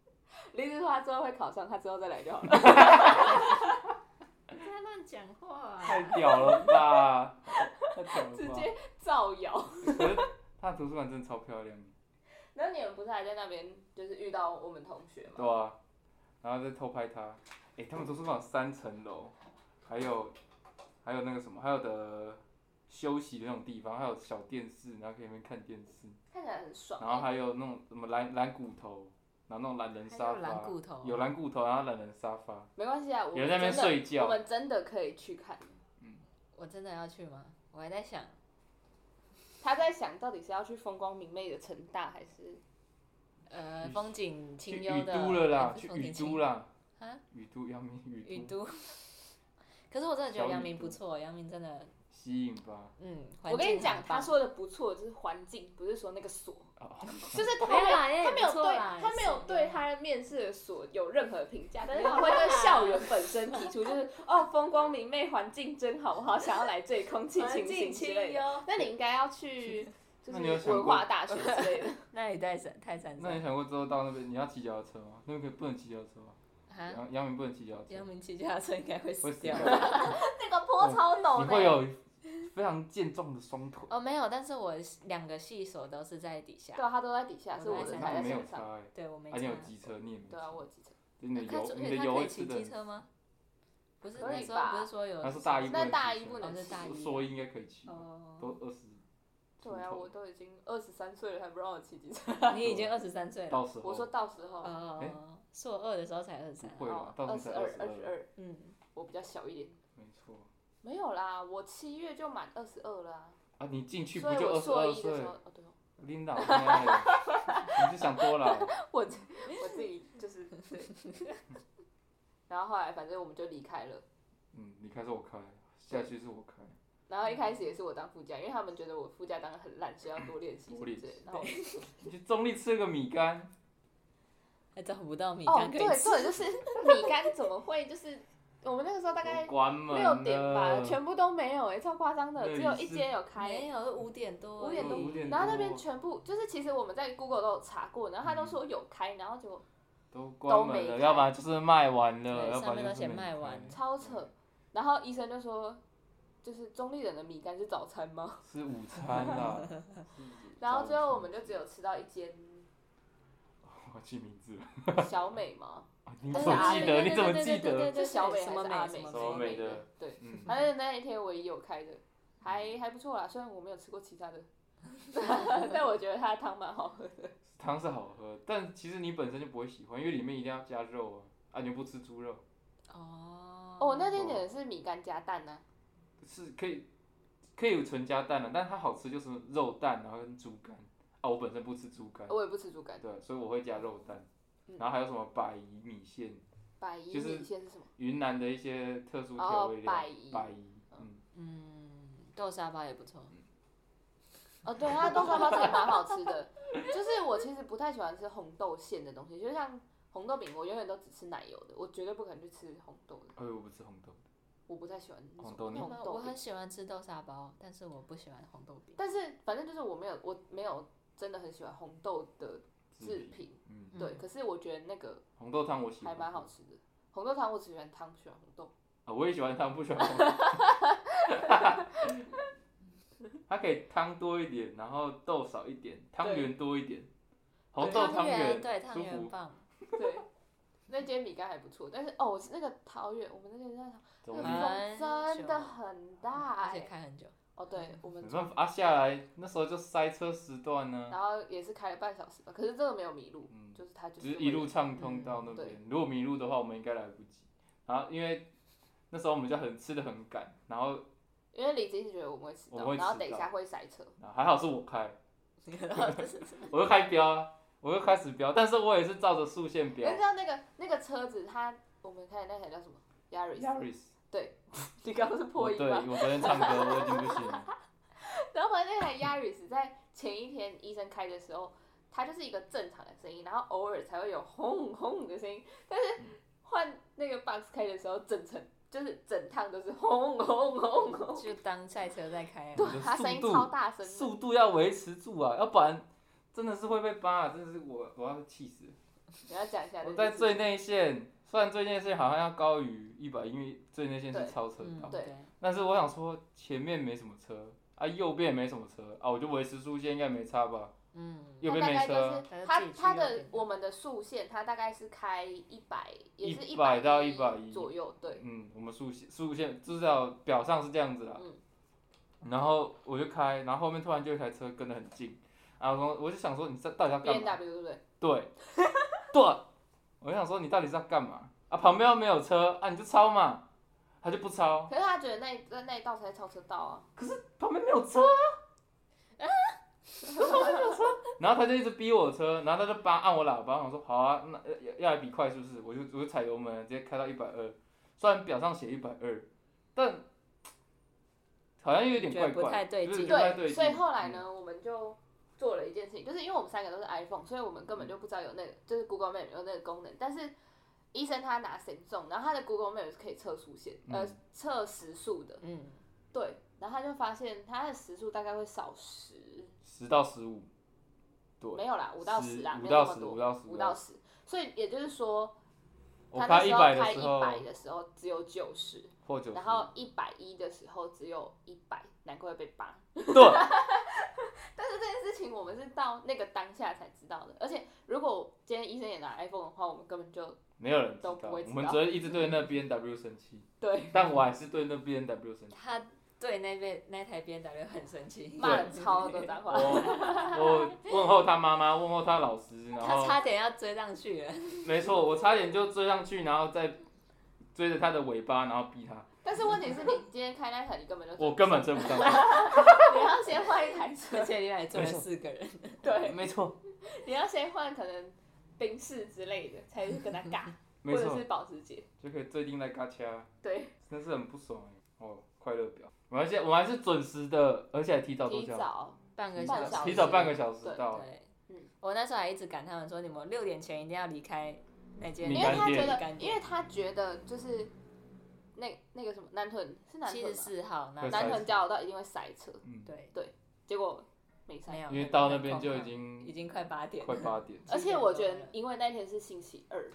[SPEAKER 3] 林子说他之后会考上，他之后再来就好了。
[SPEAKER 2] 不要乱讲话、
[SPEAKER 1] 太屌了吧！太屌了吧！
[SPEAKER 3] 直接造谣。
[SPEAKER 1] 可是他的图书馆真的超漂亮的，
[SPEAKER 3] 然后你们不是还在那边就是遇到我们同学吗？
[SPEAKER 1] 对啊，然后再偷拍他。诶，他们图书馆有三层楼，还有还有那个什么，还有的休息的那种地方，还有小电视，然后可以在那边看电视，
[SPEAKER 3] 看起来很爽。欸
[SPEAKER 1] 然后还有那种什么蓝蓝骨头，然后那种懒人
[SPEAKER 2] 还
[SPEAKER 1] 沙
[SPEAKER 2] 有蓝
[SPEAKER 1] 发，
[SPEAKER 2] 骨头，
[SPEAKER 1] 有蓝骨头，然后懒人沙发，
[SPEAKER 3] 没关系啊，我
[SPEAKER 1] 有人在那
[SPEAKER 3] 们真
[SPEAKER 1] 边
[SPEAKER 3] 的
[SPEAKER 1] 睡觉
[SPEAKER 3] 我们真的可以去看。
[SPEAKER 2] 我真的要去吗？我还在想，
[SPEAKER 3] 他在想到底是要去风光明媚的成大，还是
[SPEAKER 2] 呃，
[SPEAKER 1] 雨
[SPEAKER 2] 风景
[SPEAKER 1] 去
[SPEAKER 2] 清
[SPEAKER 1] 雨
[SPEAKER 2] 幽的，
[SPEAKER 1] 都了啦，
[SPEAKER 2] 哎
[SPEAKER 1] 去
[SPEAKER 2] 不是
[SPEAKER 1] 雨
[SPEAKER 2] 风景清
[SPEAKER 1] 都啦，
[SPEAKER 2] 啊，
[SPEAKER 1] 雨都阳明
[SPEAKER 2] 雨
[SPEAKER 1] 雨都
[SPEAKER 2] 都。 可是我真的觉
[SPEAKER 1] 小
[SPEAKER 2] 得阳
[SPEAKER 1] 雨
[SPEAKER 2] 明
[SPEAKER 1] 都
[SPEAKER 2] 不错，阳明真的，
[SPEAKER 1] 吸引吧。
[SPEAKER 2] 嗯，
[SPEAKER 3] 我跟你讲，他
[SPEAKER 2] 他
[SPEAKER 3] 说的不错，就是环境，不是说那个所，
[SPEAKER 1] 哦，
[SPEAKER 3] 就是他
[SPEAKER 2] 没有啦
[SPEAKER 3] 他没有对他
[SPEAKER 2] 他
[SPEAKER 3] 没有对他面试的所有任何评价，但是他会对校园本身提出， 就是哦，风光明媚，环境真好，我好想要来这里，空气清新之类的。
[SPEAKER 2] 幽。
[SPEAKER 3] 那你应该要去就
[SPEAKER 1] 那你有
[SPEAKER 3] 是
[SPEAKER 1] 想过
[SPEAKER 3] 文化大学之类的，
[SPEAKER 2] 那你带山泰山
[SPEAKER 1] 那你
[SPEAKER 2] 山
[SPEAKER 1] 想过之后到那边你要骑脚踏车吗？那边可以不能骑脚踏车吗？
[SPEAKER 2] 啊？
[SPEAKER 1] 阳阳明不能骑脚踏车
[SPEAKER 2] 阳。明骑脚踏车应该会
[SPEAKER 1] 会
[SPEAKER 2] 死
[SPEAKER 1] 死
[SPEAKER 2] 掉
[SPEAKER 1] 掉。。
[SPEAKER 3] 那个坡超陡
[SPEAKER 1] 你会
[SPEAKER 3] 的。
[SPEAKER 1] 有非常健壮的双腿。
[SPEAKER 2] 哦，没有，但是我两个系手都是在底下
[SPEAKER 3] 对，，啊，他都在底下，
[SPEAKER 2] 我
[SPEAKER 3] 是我的
[SPEAKER 2] 在
[SPEAKER 3] 才
[SPEAKER 1] 那
[SPEAKER 3] 在
[SPEAKER 1] 你没有
[SPEAKER 3] 山
[SPEAKER 1] 差
[SPEAKER 3] 上。
[SPEAKER 1] 哎、
[SPEAKER 2] 对我没
[SPEAKER 1] 而且有
[SPEAKER 2] 差
[SPEAKER 1] 机车，你也没
[SPEAKER 3] 对啊，
[SPEAKER 1] 有
[SPEAKER 3] 我记得。
[SPEAKER 1] 骑。你的
[SPEAKER 2] 他
[SPEAKER 1] 油，
[SPEAKER 2] 可
[SPEAKER 1] 你
[SPEAKER 2] 以
[SPEAKER 1] 的
[SPEAKER 2] 他
[SPEAKER 1] 油
[SPEAKER 2] 可
[SPEAKER 1] 会
[SPEAKER 2] 以
[SPEAKER 1] 吃
[SPEAKER 2] 骑
[SPEAKER 1] 的
[SPEAKER 2] 机。车吗？不是
[SPEAKER 3] 可以
[SPEAKER 2] 那时候不
[SPEAKER 3] 吧
[SPEAKER 2] 是说有
[SPEAKER 1] 那是大一不能
[SPEAKER 3] 那
[SPEAKER 1] 骑
[SPEAKER 3] 大
[SPEAKER 1] 车
[SPEAKER 3] 一不
[SPEAKER 2] 哦
[SPEAKER 3] 能
[SPEAKER 2] 是大一
[SPEAKER 1] 所以应该可以骑，
[SPEAKER 2] 哦，
[SPEAKER 1] 都二十。
[SPEAKER 3] 对啊，我都已经二十三岁了，还不让我骑机车。
[SPEAKER 2] 你已经二十三岁了。
[SPEAKER 1] 到时候
[SPEAKER 3] 我说到时候，
[SPEAKER 1] 诶
[SPEAKER 2] 哦，硕二的时候才二十三。
[SPEAKER 1] 会吧
[SPEAKER 3] 哦，
[SPEAKER 1] 到
[SPEAKER 3] 二
[SPEAKER 1] 时
[SPEAKER 3] 十
[SPEAKER 1] 候才
[SPEAKER 3] 二，
[SPEAKER 1] 22
[SPEAKER 3] 二十二，
[SPEAKER 2] 嗯，
[SPEAKER 3] 我比较小一点。
[SPEAKER 1] 没错
[SPEAKER 3] 没有啦，我七月就满二十二了啊、
[SPEAKER 1] 啊，你进去
[SPEAKER 3] 所
[SPEAKER 1] 不
[SPEAKER 3] 以
[SPEAKER 1] 就
[SPEAKER 3] 我
[SPEAKER 1] 二十
[SPEAKER 3] 硕
[SPEAKER 1] 二
[SPEAKER 3] 一的
[SPEAKER 1] 岁
[SPEAKER 3] 时候，哦对哦，
[SPEAKER 1] ？Linda，我妈呀你是想多了。
[SPEAKER 3] 我自我自己就是对， 然后后来反正我们就离开了，
[SPEAKER 1] 嗯，你开是我开，下去是我开，
[SPEAKER 3] 然后一开始也是我当副驾，因为他们觉得我副驾当的很烂，所以要多练习什
[SPEAKER 1] 多
[SPEAKER 3] 么
[SPEAKER 1] 练
[SPEAKER 3] 之
[SPEAKER 1] 习
[SPEAKER 3] 类的。然后我
[SPEAKER 1] 你去中立吃个米干，
[SPEAKER 2] 还找不到米
[SPEAKER 3] 哦，
[SPEAKER 2] 干可
[SPEAKER 3] 对，
[SPEAKER 2] 以吃。
[SPEAKER 3] 对， 就是米干怎么会就是我们那个时候大概
[SPEAKER 1] 我关门
[SPEAKER 3] 六点吧，
[SPEAKER 1] 了
[SPEAKER 3] 全部都没有哎、超夸张的，
[SPEAKER 1] 那
[SPEAKER 3] 只有
[SPEAKER 1] 你
[SPEAKER 3] 一
[SPEAKER 1] 是
[SPEAKER 3] 间有开欸、
[SPEAKER 2] 没有，五点多而已。
[SPEAKER 3] 五点多
[SPEAKER 1] 五点
[SPEAKER 3] 然后那
[SPEAKER 1] 多
[SPEAKER 3] 边全部就是，其实我们在 Google 都有查过，然后他都
[SPEAKER 1] 嗯
[SPEAKER 3] 说有开，然后结果
[SPEAKER 1] 都关门
[SPEAKER 3] 都
[SPEAKER 1] 了，
[SPEAKER 3] 没
[SPEAKER 1] 要不然就是卖完了，
[SPEAKER 2] 对
[SPEAKER 1] 要不然
[SPEAKER 2] 上面
[SPEAKER 1] 就
[SPEAKER 2] 都
[SPEAKER 1] 是
[SPEAKER 2] 写
[SPEAKER 1] 没
[SPEAKER 2] 卖
[SPEAKER 1] 开
[SPEAKER 2] 完
[SPEAKER 3] 超扯。然后医生就说，就是中立人的米干是早餐吗？
[SPEAKER 1] 是午餐 啦。是
[SPEAKER 3] 然后最后我们
[SPEAKER 1] 早
[SPEAKER 3] 就只有吃到一间
[SPEAKER 1] 餐 我记名字了，
[SPEAKER 3] 小美嘛，
[SPEAKER 1] 啊你
[SPEAKER 3] 但
[SPEAKER 1] 怎
[SPEAKER 3] 是阿
[SPEAKER 1] 么
[SPEAKER 3] 美
[SPEAKER 1] 记得？
[SPEAKER 2] 对
[SPEAKER 1] 你怎么
[SPEAKER 2] 对对
[SPEAKER 1] 记
[SPEAKER 2] 对对
[SPEAKER 1] 得？
[SPEAKER 2] 对
[SPEAKER 3] 就小美
[SPEAKER 2] 什
[SPEAKER 3] 还
[SPEAKER 2] 么
[SPEAKER 3] 是
[SPEAKER 2] 美
[SPEAKER 3] 阿
[SPEAKER 2] 什
[SPEAKER 3] 美
[SPEAKER 1] 美
[SPEAKER 2] 么
[SPEAKER 3] 美
[SPEAKER 1] 什么美
[SPEAKER 3] 的
[SPEAKER 1] 的，
[SPEAKER 3] 对，
[SPEAKER 1] 嗯，
[SPEAKER 3] 反正那一天我也有开的，还还不错啦，虽然我没有吃过其 他的，但我觉得它的汤蛮好喝的。
[SPEAKER 1] 汤是好喝，但其实你本身就不会喜欢，因为里面一定要加肉啊。啊，你又不吃猪肉，
[SPEAKER 2] 哦
[SPEAKER 3] 哦，我那天点的是米干加蛋呢、啊
[SPEAKER 1] 是可以可以纯加蛋啊的，但它好吃就是肉蛋，然后跟猪肝。啊，我本身不吃猪肝，
[SPEAKER 3] 我也不吃猪肝。
[SPEAKER 1] 对，所以我会加肉蛋
[SPEAKER 3] 嗯。
[SPEAKER 1] 然后还有什么百夷米线，
[SPEAKER 3] 百夷
[SPEAKER 1] 就是
[SPEAKER 3] 米线是什么？
[SPEAKER 1] 云南的一些特殊调味料，
[SPEAKER 3] 哦百夷
[SPEAKER 1] 百夷，嗯，
[SPEAKER 2] 嗯，豆沙包也不错。
[SPEAKER 3] 哦，对，它的豆沙包真的蛮好吃的。就是我其实不太喜欢吃红豆馅的东西，就像红豆饼，我永远都只吃奶油的，我绝对不可能去吃红豆的，
[SPEAKER 1] 哎呦，我不吃红豆，
[SPEAKER 3] 我不太喜欢
[SPEAKER 1] 红豆泥
[SPEAKER 3] 红
[SPEAKER 2] 我
[SPEAKER 3] 豆
[SPEAKER 2] 我
[SPEAKER 3] 饼
[SPEAKER 2] 很。喜欢吃豆沙包，但是我不喜欢红豆饼。
[SPEAKER 3] 但是反正就是我没有，我没有真的很喜欢红豆的制
[SPEAKER 1] 制品，
[SPEAKER 3] 品，
[SPEAKER 1] 嗯，
[SPEAKER 3] 对。
[SPEAKER 2] 嗯
[SPEAKER 3] 可是我觉得那个
[SPEAKER 1] 红豆汤我喜欢，
[SPEAKER 3] 还蛮好吃的，红豆汤我只喜欢汤，不喜欢红豆。
[SPEAKER 1] 啊，我也喜欢汤，不喜欢红 豆。它可以汤多一点，然后豆少一点，汤圆多一点，红豆汤圆
[SPEAKER 2] 对
[SPEAKER 1] 舒
[SPEAKER 2] 汤圆
[SPEAKER 1] 服。
[SPEAKER 2] 棒，
[SPEAKER 3] 对，那间米干还不错，但是哦，是那个桃园，我们那天在
[SPEAKER 1] 总
[SPEAKER 3] 那
[SPEAKER 1] 之
[SPEAKER 3] 个
[SPEAKER 2] 嗯
[SPEAKER 3] 风真的很大
[SPEAKER 2] 而
[SPEAKER 3] 哎、
[SPEAKER 2] 且开很久。
[SPEAKER 3] 哦，对，我们
[SPEAKER 1] 没办法啊，下来那时候就塞车时段呢、
[SPEAKER 3] 然后也是开了半小时吧，可是这个没有迷路，
[SPEAKER 1] 嗯，
[SPEAKER 3] 就是它就是
[SPEAKER 1] 只
[SPEAKER 3] 嗯
[SPEAKER 1] 是一路畅通到那边。如果迷路的话，我们应该来不及。然后因为那时候我们就很吃的很赶，然后
[SPEAKER 3] 因为李子一直觉得我们会迟
[SPEAKER 1] 我
[SPEAKER 3] 到，
[SPEAKER 1] 们会
[SPEAKER 3] 然后
[SPEAKER 1] 迟
[SPEAKER 3] 等一
[SPEAKER 1] 到
[SPEAKER 3] 下会塞车，
[SPEAKER 1] 然后还好是我开，
[SPEAKER 2] 然后就是
[SPEAKER 1] 我又开标啊，我又开始标，但是我也是照着速线
[SPEAKER 3] 你
[SPEAKER 1] 标
[SPEAKER 3] 知。道那个那个车子它，我们开的那台叫什么 Yaris，
[SPEAKER 1] Yaris，哦
[SPEAKER 3] 你刚刚是
[SPEAKER 1] 我
[SPEAKER 3] 破音
[SPEAKER 1] 对
[SPEAKER 3] 吗？
[SPEAKER 1] 我昨天唱歌我已经不行 了。
[SPEAKER 3] 然后反正那台 Yaris 在前一天医生开的时候，它就是一个正常的声音，然后偶尔才会有轰轰的声音，但是换那个 Box 开的时候，整层就是整趟都是轰轰轰 轰，
[SPEAKER 2] 就当赛车在开啊。
[SPEAKER 1] 你的
[SPEAKER 3] 对，它
[SPEAKER 1] 速
[SPEAKER 3] 声音
[SPEAKER 1] 度
[SPEAKER 3] 超大声的。
[SPEAKER 1] 速度要维持住啊，要不然真的是会被扒、啊，真的是我我要气死了。
[SPEAKER 3] 你要讲一下这
[SPEAKER 1] 我
[SPEAKER 3] 件事情，
[SPEAKER 1] 在最内线，虽然最内线好像要高于一百，因为最内线
[SPEAKER 3] 对
[SPEAKER 1] 是超车
[SPEAKER 2] 嗯
[SPEAKER 1] 道，
[SPEAKER 3] 对
[SPEAKER 1] 但是我想说前面没什么车啊，右边也没什么车啊，我就维持速线应该没差吧？
[SPEAKER 2] 嗯，
[SPEAKER 1] 右边
[SPEAKER 3] 它
[SPEAKER 1] 没
[SPEAKER 3] 大概
[SPEAKER 1] 车，
[SPEAKER 3] 就是它
[SPEAKER 2] 还是自己去
[SPEAKER 3] 它
[SPEAKER 2] 右
[SPEAKER 3] 的
[SPEAKER 2] 边
[SPEAKER 3] 我们的速线，它大概是开一百，也是
[SPEAKER 1] 100到110
[SPEAKER 3] 左右，对，
[SPEAKER 1] 嗯，我们速线速线至少表上是这样子啦。
[SPEAKER 3] 嗯
[SPEAKER 1] 然后我就开，然后后面突然就有一台车跟得很近，然后我就想说你这到底要
[SPEAKER 3] B
[SPEAKER 1] 干
[SPEAKER 3] N
[SPEAKER 1] 嘛？
[SPEAKER 3] W 对不对？
[SPEAKER 1] 对，对，我就想说你到底是要干嘛啊？旁边又没有车啊，你就超嘛，他就不超，
[SPEAKER 3] 可是他觉得那一那那一道才是超车道啊，
[SPEAKER 1] 旁边没有车啊，然后他就一直逼我车，然后他就叭按我喇叭，我说好啊，那要要来比快是不是？我就我就踩油门，直接开到一百二，虽然表上写一百二，但好像又有点怪
[SPEAKER 2] 觉得不
[SPEAKER 1] 怪，
[SPEAKER 2] 太对
[SPEAKER 1] 就
[SPEAKER 2] 劲
[SPEAKER 1] 是不太
[SPEAKER 3] 对，
[SPEAKER 1] 对劲，嗯
[SPEAKER 3] 所以后来呢，我们就做了一件事情，就是因为我们三个都是 iPhone，所以我们根本就不知道有那个，就是 Google Map 有那个功能，但是。医生他拿 Samsung，然后他的 Google Map 是可以测速线，呃
[SPEAKER 1] 嗯，
[SPEAKER 3] 测时速的，
[SPEAKER 2] 嗯，
[SPEAKER 3] 对。然后他就发现他的时速大概会少十，
[SPEAKER 1] 十到十五，对
[SPEAKER 3] 没有啦，五到十啦，
[SPEAKER 1] 五
[SPEAKER 3] 没
[SPEAKER 1] 到
[SPEAKER 3] 有那么
[SPEAKER 1] 十，
[SPEAKER 3] 多
[SPEAKER 1] 五。到十，
[SPEAKER 3] 五到十，所以也就是说，
[SPEAKER 1] 我
[SPEAKER 3] 他那
[SPEAKER 1] 开一
[SPEAKER 3] 时候
[SPEAKER 1] 百
[SPEAKER 3] 开
[SPEAKER 1] 的时
[SPEAKER 3] 一
[SPEAKER 1] 候
[SPEAKER 3] 百的时候只有九十，
[SPEAKER 1] 或九十，
[SPEAKER 3] 然后一百一的时候只有一百，难怪会被扒。
[SPEAKER 1] 对。
[SPEAKER 3] 但是这件事情我们是到那个当下才知道的，而且如果今天医生也拿 iPhone 的话，我们根本就
[SPEAKER 1] 没有人知道，
[SPEAKER 3] 都不会知道
[SPEAKER 1] 我们昨天一直对那 B N W 生气，
[SPEAKER 3] 对
[SPEAKER 1] 但我还是对那 B N W
[SPEAKER 3] 嗯
[SPEAKER 1] 生气。
[SPEAKER 2] 他对那边那台 B N W 很生气，
[SPEAKER 3] 骂了超多脏
[SPEAKER 1] 我
[SPEAKER 3] 话。
[SPEAKER 1] 我问候他妈妈，问候他老师，然
[SPEAKER 2] 他
[SPEAKER 1] 后
[SPEAKER 2] 差点要追上去了。
[SPEAKER 1] 没错，我差点就追上去，然后再追着他的尾巴，然后逼他，
[SPEAKER 3] 但是问题是你今天开那台，你根本就
[SPEAKER 1] 我根本追不上去。
[SPEAKER 3] 你要先换一台车
[SPEAKER 2] 而，且你还坐了四个人，
[SPEAKER 3] 对，
[SPEAKER 1] 没错，
[SPEAKER 3] 你要先换可能宾士之类的，才是跟他尬，
[SPEAKER 1] 没
[SPEAKER 3] 或者
[SPEAKER 1] 错
[SPEAKER 3] 是，保时捷，
[SPEAKER 1] 就可以最近在嘎掐，
[SPEAKER 3] 对，
[SPEAKER 1] 真是很不爽哎、哦，快乐表，我还是我还是准时的，而且还提早多
[SPEAKER 3] 提
[SPEAKER 1] 久？
[SPEAKER 3] 早
[SPEAKER 2] 半个
[SPEAKER 3] 半
[SPEAKER 2] 小时，
[SPEAKER 1] 提早半个小时到，
[SPEAKER 2] 对，
[SPEAKER 3] 嗯
[SPEAKER 2] 我那时候还一直赶他们说，你们六点前一定要离开那间
[SPEAKER 1] 米
[SPEAKER 3] 因为他
[SPEAKER 1] 干
[SPEAKER 3] 觉
[SPEAKER 1] 店
[SPEAKER 3] 得，因为他觉得就是那那个什么南屯是南
[SPEAKER 2] 七
[SPEAKER 3] 屯
[SPEAKER 2] 十四
[SPEAKER 3] 吧，
[SPEAKER 2] 号那
[SPEAKER 1] 会
[SPEAKER 3] 南
[SPEAKER 1] 塞
[SPEAKER 3] 屯
[SPEAKER 1] 车
[SPEAKER 3] 交流道一定会塞车，
[SPEAKER 1] 嗯，
[SPEAKER 2] 对，
[SPEAKER 3] 结果没
[SPEAKER 2] 没
[SPEAKER 3] 塞。
[SPEAKER 2] 有，
[SPEAKER 1] 因为到那
[SPEAKER 2] 很
[SPEAKER 1] 边就已
[SPEAKER 2] 空旷已
[SPEAKER 1] 经
[SPEAKER 2] 经快八
[SPEAKER 3] 啊
[SPEAKER 2] 点了，
[SPEAKER 1] 快八点，
[SPEAKER 3] 而且我觉得，
[SPEAKER 2] 七
[SPEAKER 3] 因为那天是星期二，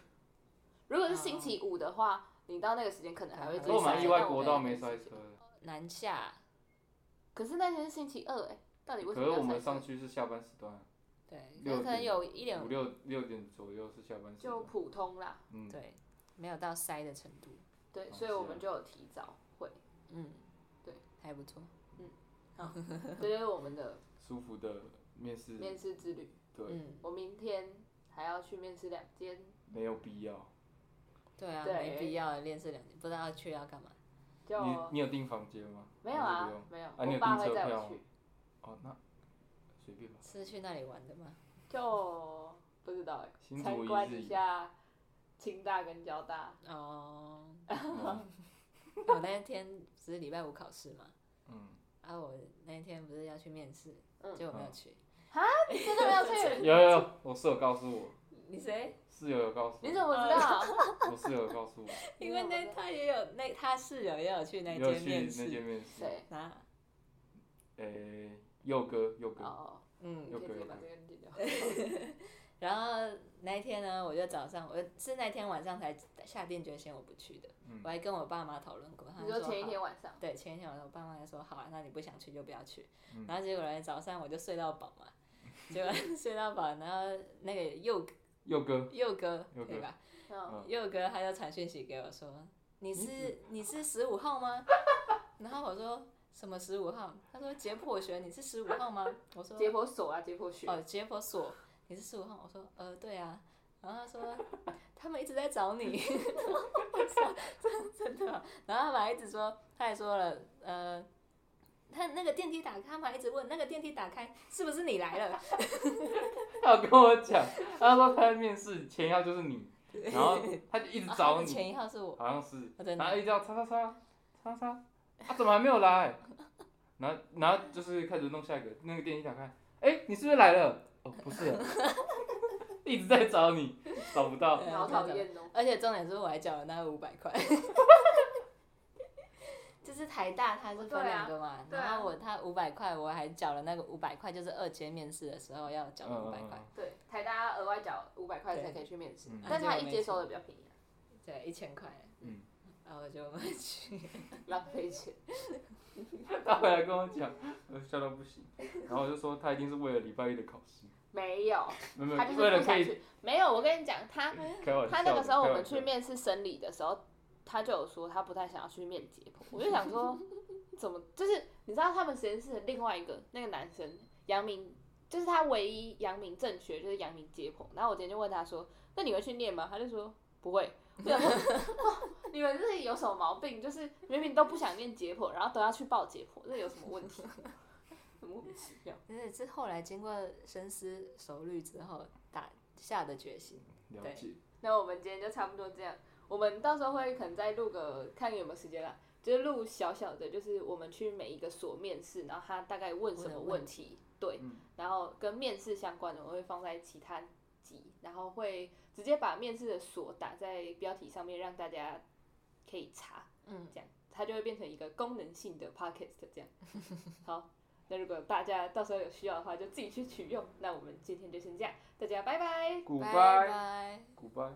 [SPEAKER 3] 如果是星期五的话，你到那个时间可能还会
[SPEAKER 1] 可是
[SPEAKER 3] 继续
[SPEAKER 1] 我
[SPEAKER 3] 塞。
[SPEAKER 1] 蛮意外国道没塞
[SPEAKER 3] 但我
[SPEAKER 1] 车
[SPEAKER 3] 觉得那个星期
[SPEAKER 1] 的。
[SPEAKER 2] 点了南下，
[SPEAKER 3] 二。可是那天是星期二，哎，到底为什
[SPEAKER 1] 可
[SPEAKER 3] 么
[SPEAKER 1] 是
[SPEAKER 3] 要
[SPEAKER 1] 我们
[SPEAKER 3] 塞
[SPEAKER 1] 上
[SPEAKER 3] 车？
[SPEAKER 1] 去是下班时段，
[SPEAKER 2] 对，
[SPEAKER 1] 六
[SPEAKER 2] 那可能
[SPEAKER 1] 点
[SPEAKER 2] 有一点
[SPEAKER 1] 五六六点左右是下班时
[SPEAKER 3] 就
[SPEAKER 1] 段。
[SPEAKER 3] 普通啦，
[SPEAKER 1] 嗯，
[SPEAKER 2] 对，没有到塞的程度，
[SPEAKER 3] 对，
[SPEAKER 1] 哦
[SPEAKER 3] 所以
[SPEAKER 1] 是
[SPEAKER 3] 我
[SPEAKER 1] 啊
[SPEAKER 3] 们就有提早会，
[SPEAKER 2] 嗯，
[SPEAKER 3] 对，
[SPEAKER 2] 还不错，
[SPEAKER 3] 这就是我 们的
[SPEAKER 1] 舒服的面试，
[SPEAKER 3] 面试之旅。
[SPEAKER 1] 对，
[SPEAKER 2] 嗯，
[SPEAKER 3] 我明天还要去面试两间，
[SPEAKER 1] 没有必要。
[SPEAKER 2] 对啊，
[SPEAKER 3] 对
[SPEAKER 2] 没必要练这两年，不知道去要干嘛。
[SPEAKER 3] 就
[SPEAKER 1] 你你有订房间吗？
[SPEAKER 3] 啊没有
[SPEAKER 1] 还是
[SPEAKER 3] 啊
[SPEAKER 1] 不用，
[SPEAKER 3] 没有，
[SPEAKER 1] 你有
[SPEAKER 3] 我爸
[SPEAKER 1] 订
[SPEAKER 3] 会
[SPEAKER 1] 车
[SPEAKER 3] 载
[SPEAKER 1] 票
[SPEAKER 3] 我
[SPEAKER 1] 吗
[SPEAKER 3] 去，
[SPEAKER 1] 哦，那随便吧。
[SPEAKER 2] 是去那里玩的吗？
[SPEAKER 3] 就不知道哎，
[SPEAKER 1] 新
[SPEAKER 3] 参
[SPEAKER 1] 竹一
[SPEAKER 3] 观
[SPEAKER 1] 日
[SPEAKER 3] 一
[SPEAKER 1] 游
[SPEAKER 3] 下清大跟交大，
[SPEAKER 2] 哦，
[SPEAKER 1] 嗯
[SPEAKER 2] 我那天不是礼拜五考试嘛，
[SPEAKER 1] 嗯，
[SPEAKER 2] 啊，我那天不是要去面试，
[SPEAKER 3] 嗯
[SPEAKER 2] 结果没有去。
[SPEAKER 3] 你 真的没有去？
[SPEAKER 1] 有有有，我室友告诉我，
[SPEAKER 2] 你谁？
[SPEAKER 1] 室友有告诉
[SPEAKER 3] 你怎
[SPEAKER 1] 我，
[SPEAKER 3] 么知 道？
[SPEAKER 1] 我室友有告诉我，
[SPEAKER 2] 因为那他也有那他室友也有去那
[SPEAKER 1] 也有
[SPEAKER 2] 间
[SPEAKER 1] 去
[SPEAKER 2] 面
[SPEAKER 1] 那间
[SPEAKER 2] 试
[SPEAKER 1] 面试，
[SPEAKER 3] 谁？
[SPEAKER 2] 啊，
[SPEAKER 1] 诶，佑哥佑哥，
[SPEAKER 3] 哦，
[SPEAKER 2] 嗯
[SPEAKER 1] 有
[SPEAKER 3] 你可
[SPEAKER 1] 个
[SPEAKER 3] 以
[SPEAKER 1] 有
[SPEAKER 3] 把
[SPEAKER 1] 个
[SPEAKER 3] 这个剪掉。
[SPEAKER 2] 然后那一天呢，我就早上，我是那天晚上才下定决心我不去的，
[SPEAKER 1] 嗯
[SPEAKER 2] 我还跟我爸妈讨论过，他
[SPEAKER 3] 你
[SPEAKER 2] 们说
[SPEAKER 3] 说前一
[SPEAKER 2] 好
[SPEAKER 3] 天晚上，
[SPEAKER 2] 对，前一天晚上我爸妈就说好啊，那你不想去就不要去。
[SPEAKER 1] 嗯
[SPEAKER 2] 然后结果呢，早上我就睡到饱嘛，结果 睡到饱，然后那个佑
[SPEAKER 1] 佑哥，
[SPEAKER 2] 佑哥
[SPEAKER 1] 佑
[SPEAKER 2] 对
[SPEAKER 1] 哥
[SPEAKER 2] 吧？
[SPEAKER 3] 嗯，
[SPEAKER 2] 佑哥他就传讯息给我说，你是你是十五号吗？ 然后我说什么十五号？他说解剖学你是十五号吗？我说
[SPEAKER 3] 解剖所啊，解剖学。
[SPEAKER 2] 哦解剖所你是十五号？我说呃对啊。然后他说他们一直在找你， 我说真真的啊。然后他们还一直说，他还说了呃。他那个电梯打开，他们还一直问那个电梯打开是不是你来了？
[SPEAKER 1] 他有跟我讲，他说他在面试前一号就是你，然后他 就一直
[SPEAKER 2] 哦他
[SPEAKER 1] 找
[SPEAKER 2] 们
[SPEAKER 1] 你，
[SPEAKER 2] 前一号是我，
[SPEAKER 1] 好像是，
[SPEAKER 2] 哦真的
[SPEAKER 1] 然后一叫叉叉叉叉叉，啊，怎么还没有来？然后然后就是开始弄下一个，那个电梯打开，哎、你是不是来了？哦，不是 啊，一直在找你，找不到。
[SPEAKER 2] 对
[SPEAKER 3] 好讨厌哦！
[SPEAKER 2] 而且重点是我还缴了那五百块。 就是台大它是
[SPEAKER 3] 对啊
[SPEAKER 2] 分两个嘛，
[SPEAKER 3] 对啊
[SPEAKER 2] 然后我他五百块我还缴了那个五百块，就是二阶面试的时候要缴
[SPEAKER 1] 嗯
[SPEAKER 2] 的五
[SPEAKER 1] 嗯
[SPEAKER 2] 百块，
[SPEAKER 1] 嗯
[SPEAKER 3] 对，台大额外缴五百块
[SPEAKER 2] 对
[SPEAKER 3] 才可以去面试
[SPEAKER 1] 嗯，
[SPEAKER 3] 但是他
[SPEAKER 2] 结果
[SPEAKER 3] 一
[SPEAKER 2] 没
[SPEAKER 3] 接
[SPEAKER 2] 去
[SPEAKER 3] 收的比较便宜啊，
[SPEAKER 2] 对，一千块，
[SPEAKER 1] 嗯，
[SPEAKER 2] 然后我就没 去，
[SPEAKER 3] 浪费钱。
[SPEAKER 1] 嗯他回来跟我讲，我笑到不行。然后我就说他一定是为了礼拜一的考试，
[SPEAKER 3] 没有，
[SPEAKER 1] 没有没
[SPEAKER 3] 他
[SPEAKER 1] 有，
[SPEAKER 3] 就是
[SPEAKER 1] 为了
[SPEAKER 3] 不
[SPEAKER 1] 可
[SPEAKER 3] 想
[SPEAKER 1] 以
[SPEAKER 3] 去。没有，我跟你讲，他
[SPEAKER 1] 开玩笑的。
[SPEAKER 3] 他那个时候我
[SPEAKER 1] 开
[SPEAKER 3] 们
[SPEAKER 1] 玩笑
[SPEAKER 3] 去面试生理的时候，他就有说他不太想要去面解剖，我就 想说怎么就是你知道他们实验室的另外一个那个男生阳明，就是他唯一阳明正学就是阳明解剖，然后我今天就问他说，那你会去念吗？他就说不会。我 想说哇你们这有什么毛病？就是明明都不想念解剖，然后都要去报解剖，这有什么问题？ 很莫名其妙。
[SPEAKER 2] 就是是后来经过深思熟虑之后打下的决心，
[SPEAKER 1] 了解，
[SPEAKER 3] 那我们今天就差不多这样，我们到时候会可能再录个，看有没有时间啦，就是录小小的，就是我们去每一个所面试，然后他大概问什么问题，对，
[SPEAKER 1] 嗯
[SPEAKER 3] 然后跟面试相关的我会放在其他集，然后会直接把面试的所打在标题上面，让大家可以查，
[SPEAKER 2] 嗯，
[SPEAKER 3] 这样它就会变成一个功能性的 podcast 这样。好，那如果大家到时候有需要的话，就自己去取用。那我们今天就先这样，大家拜拜。
[SPEAKER 1] 古
[SPEAKER 2] 拜
[SPEAKER 1] 拜
[SPEAKER 2] 拜。
[SPEAKER 1] 古拜。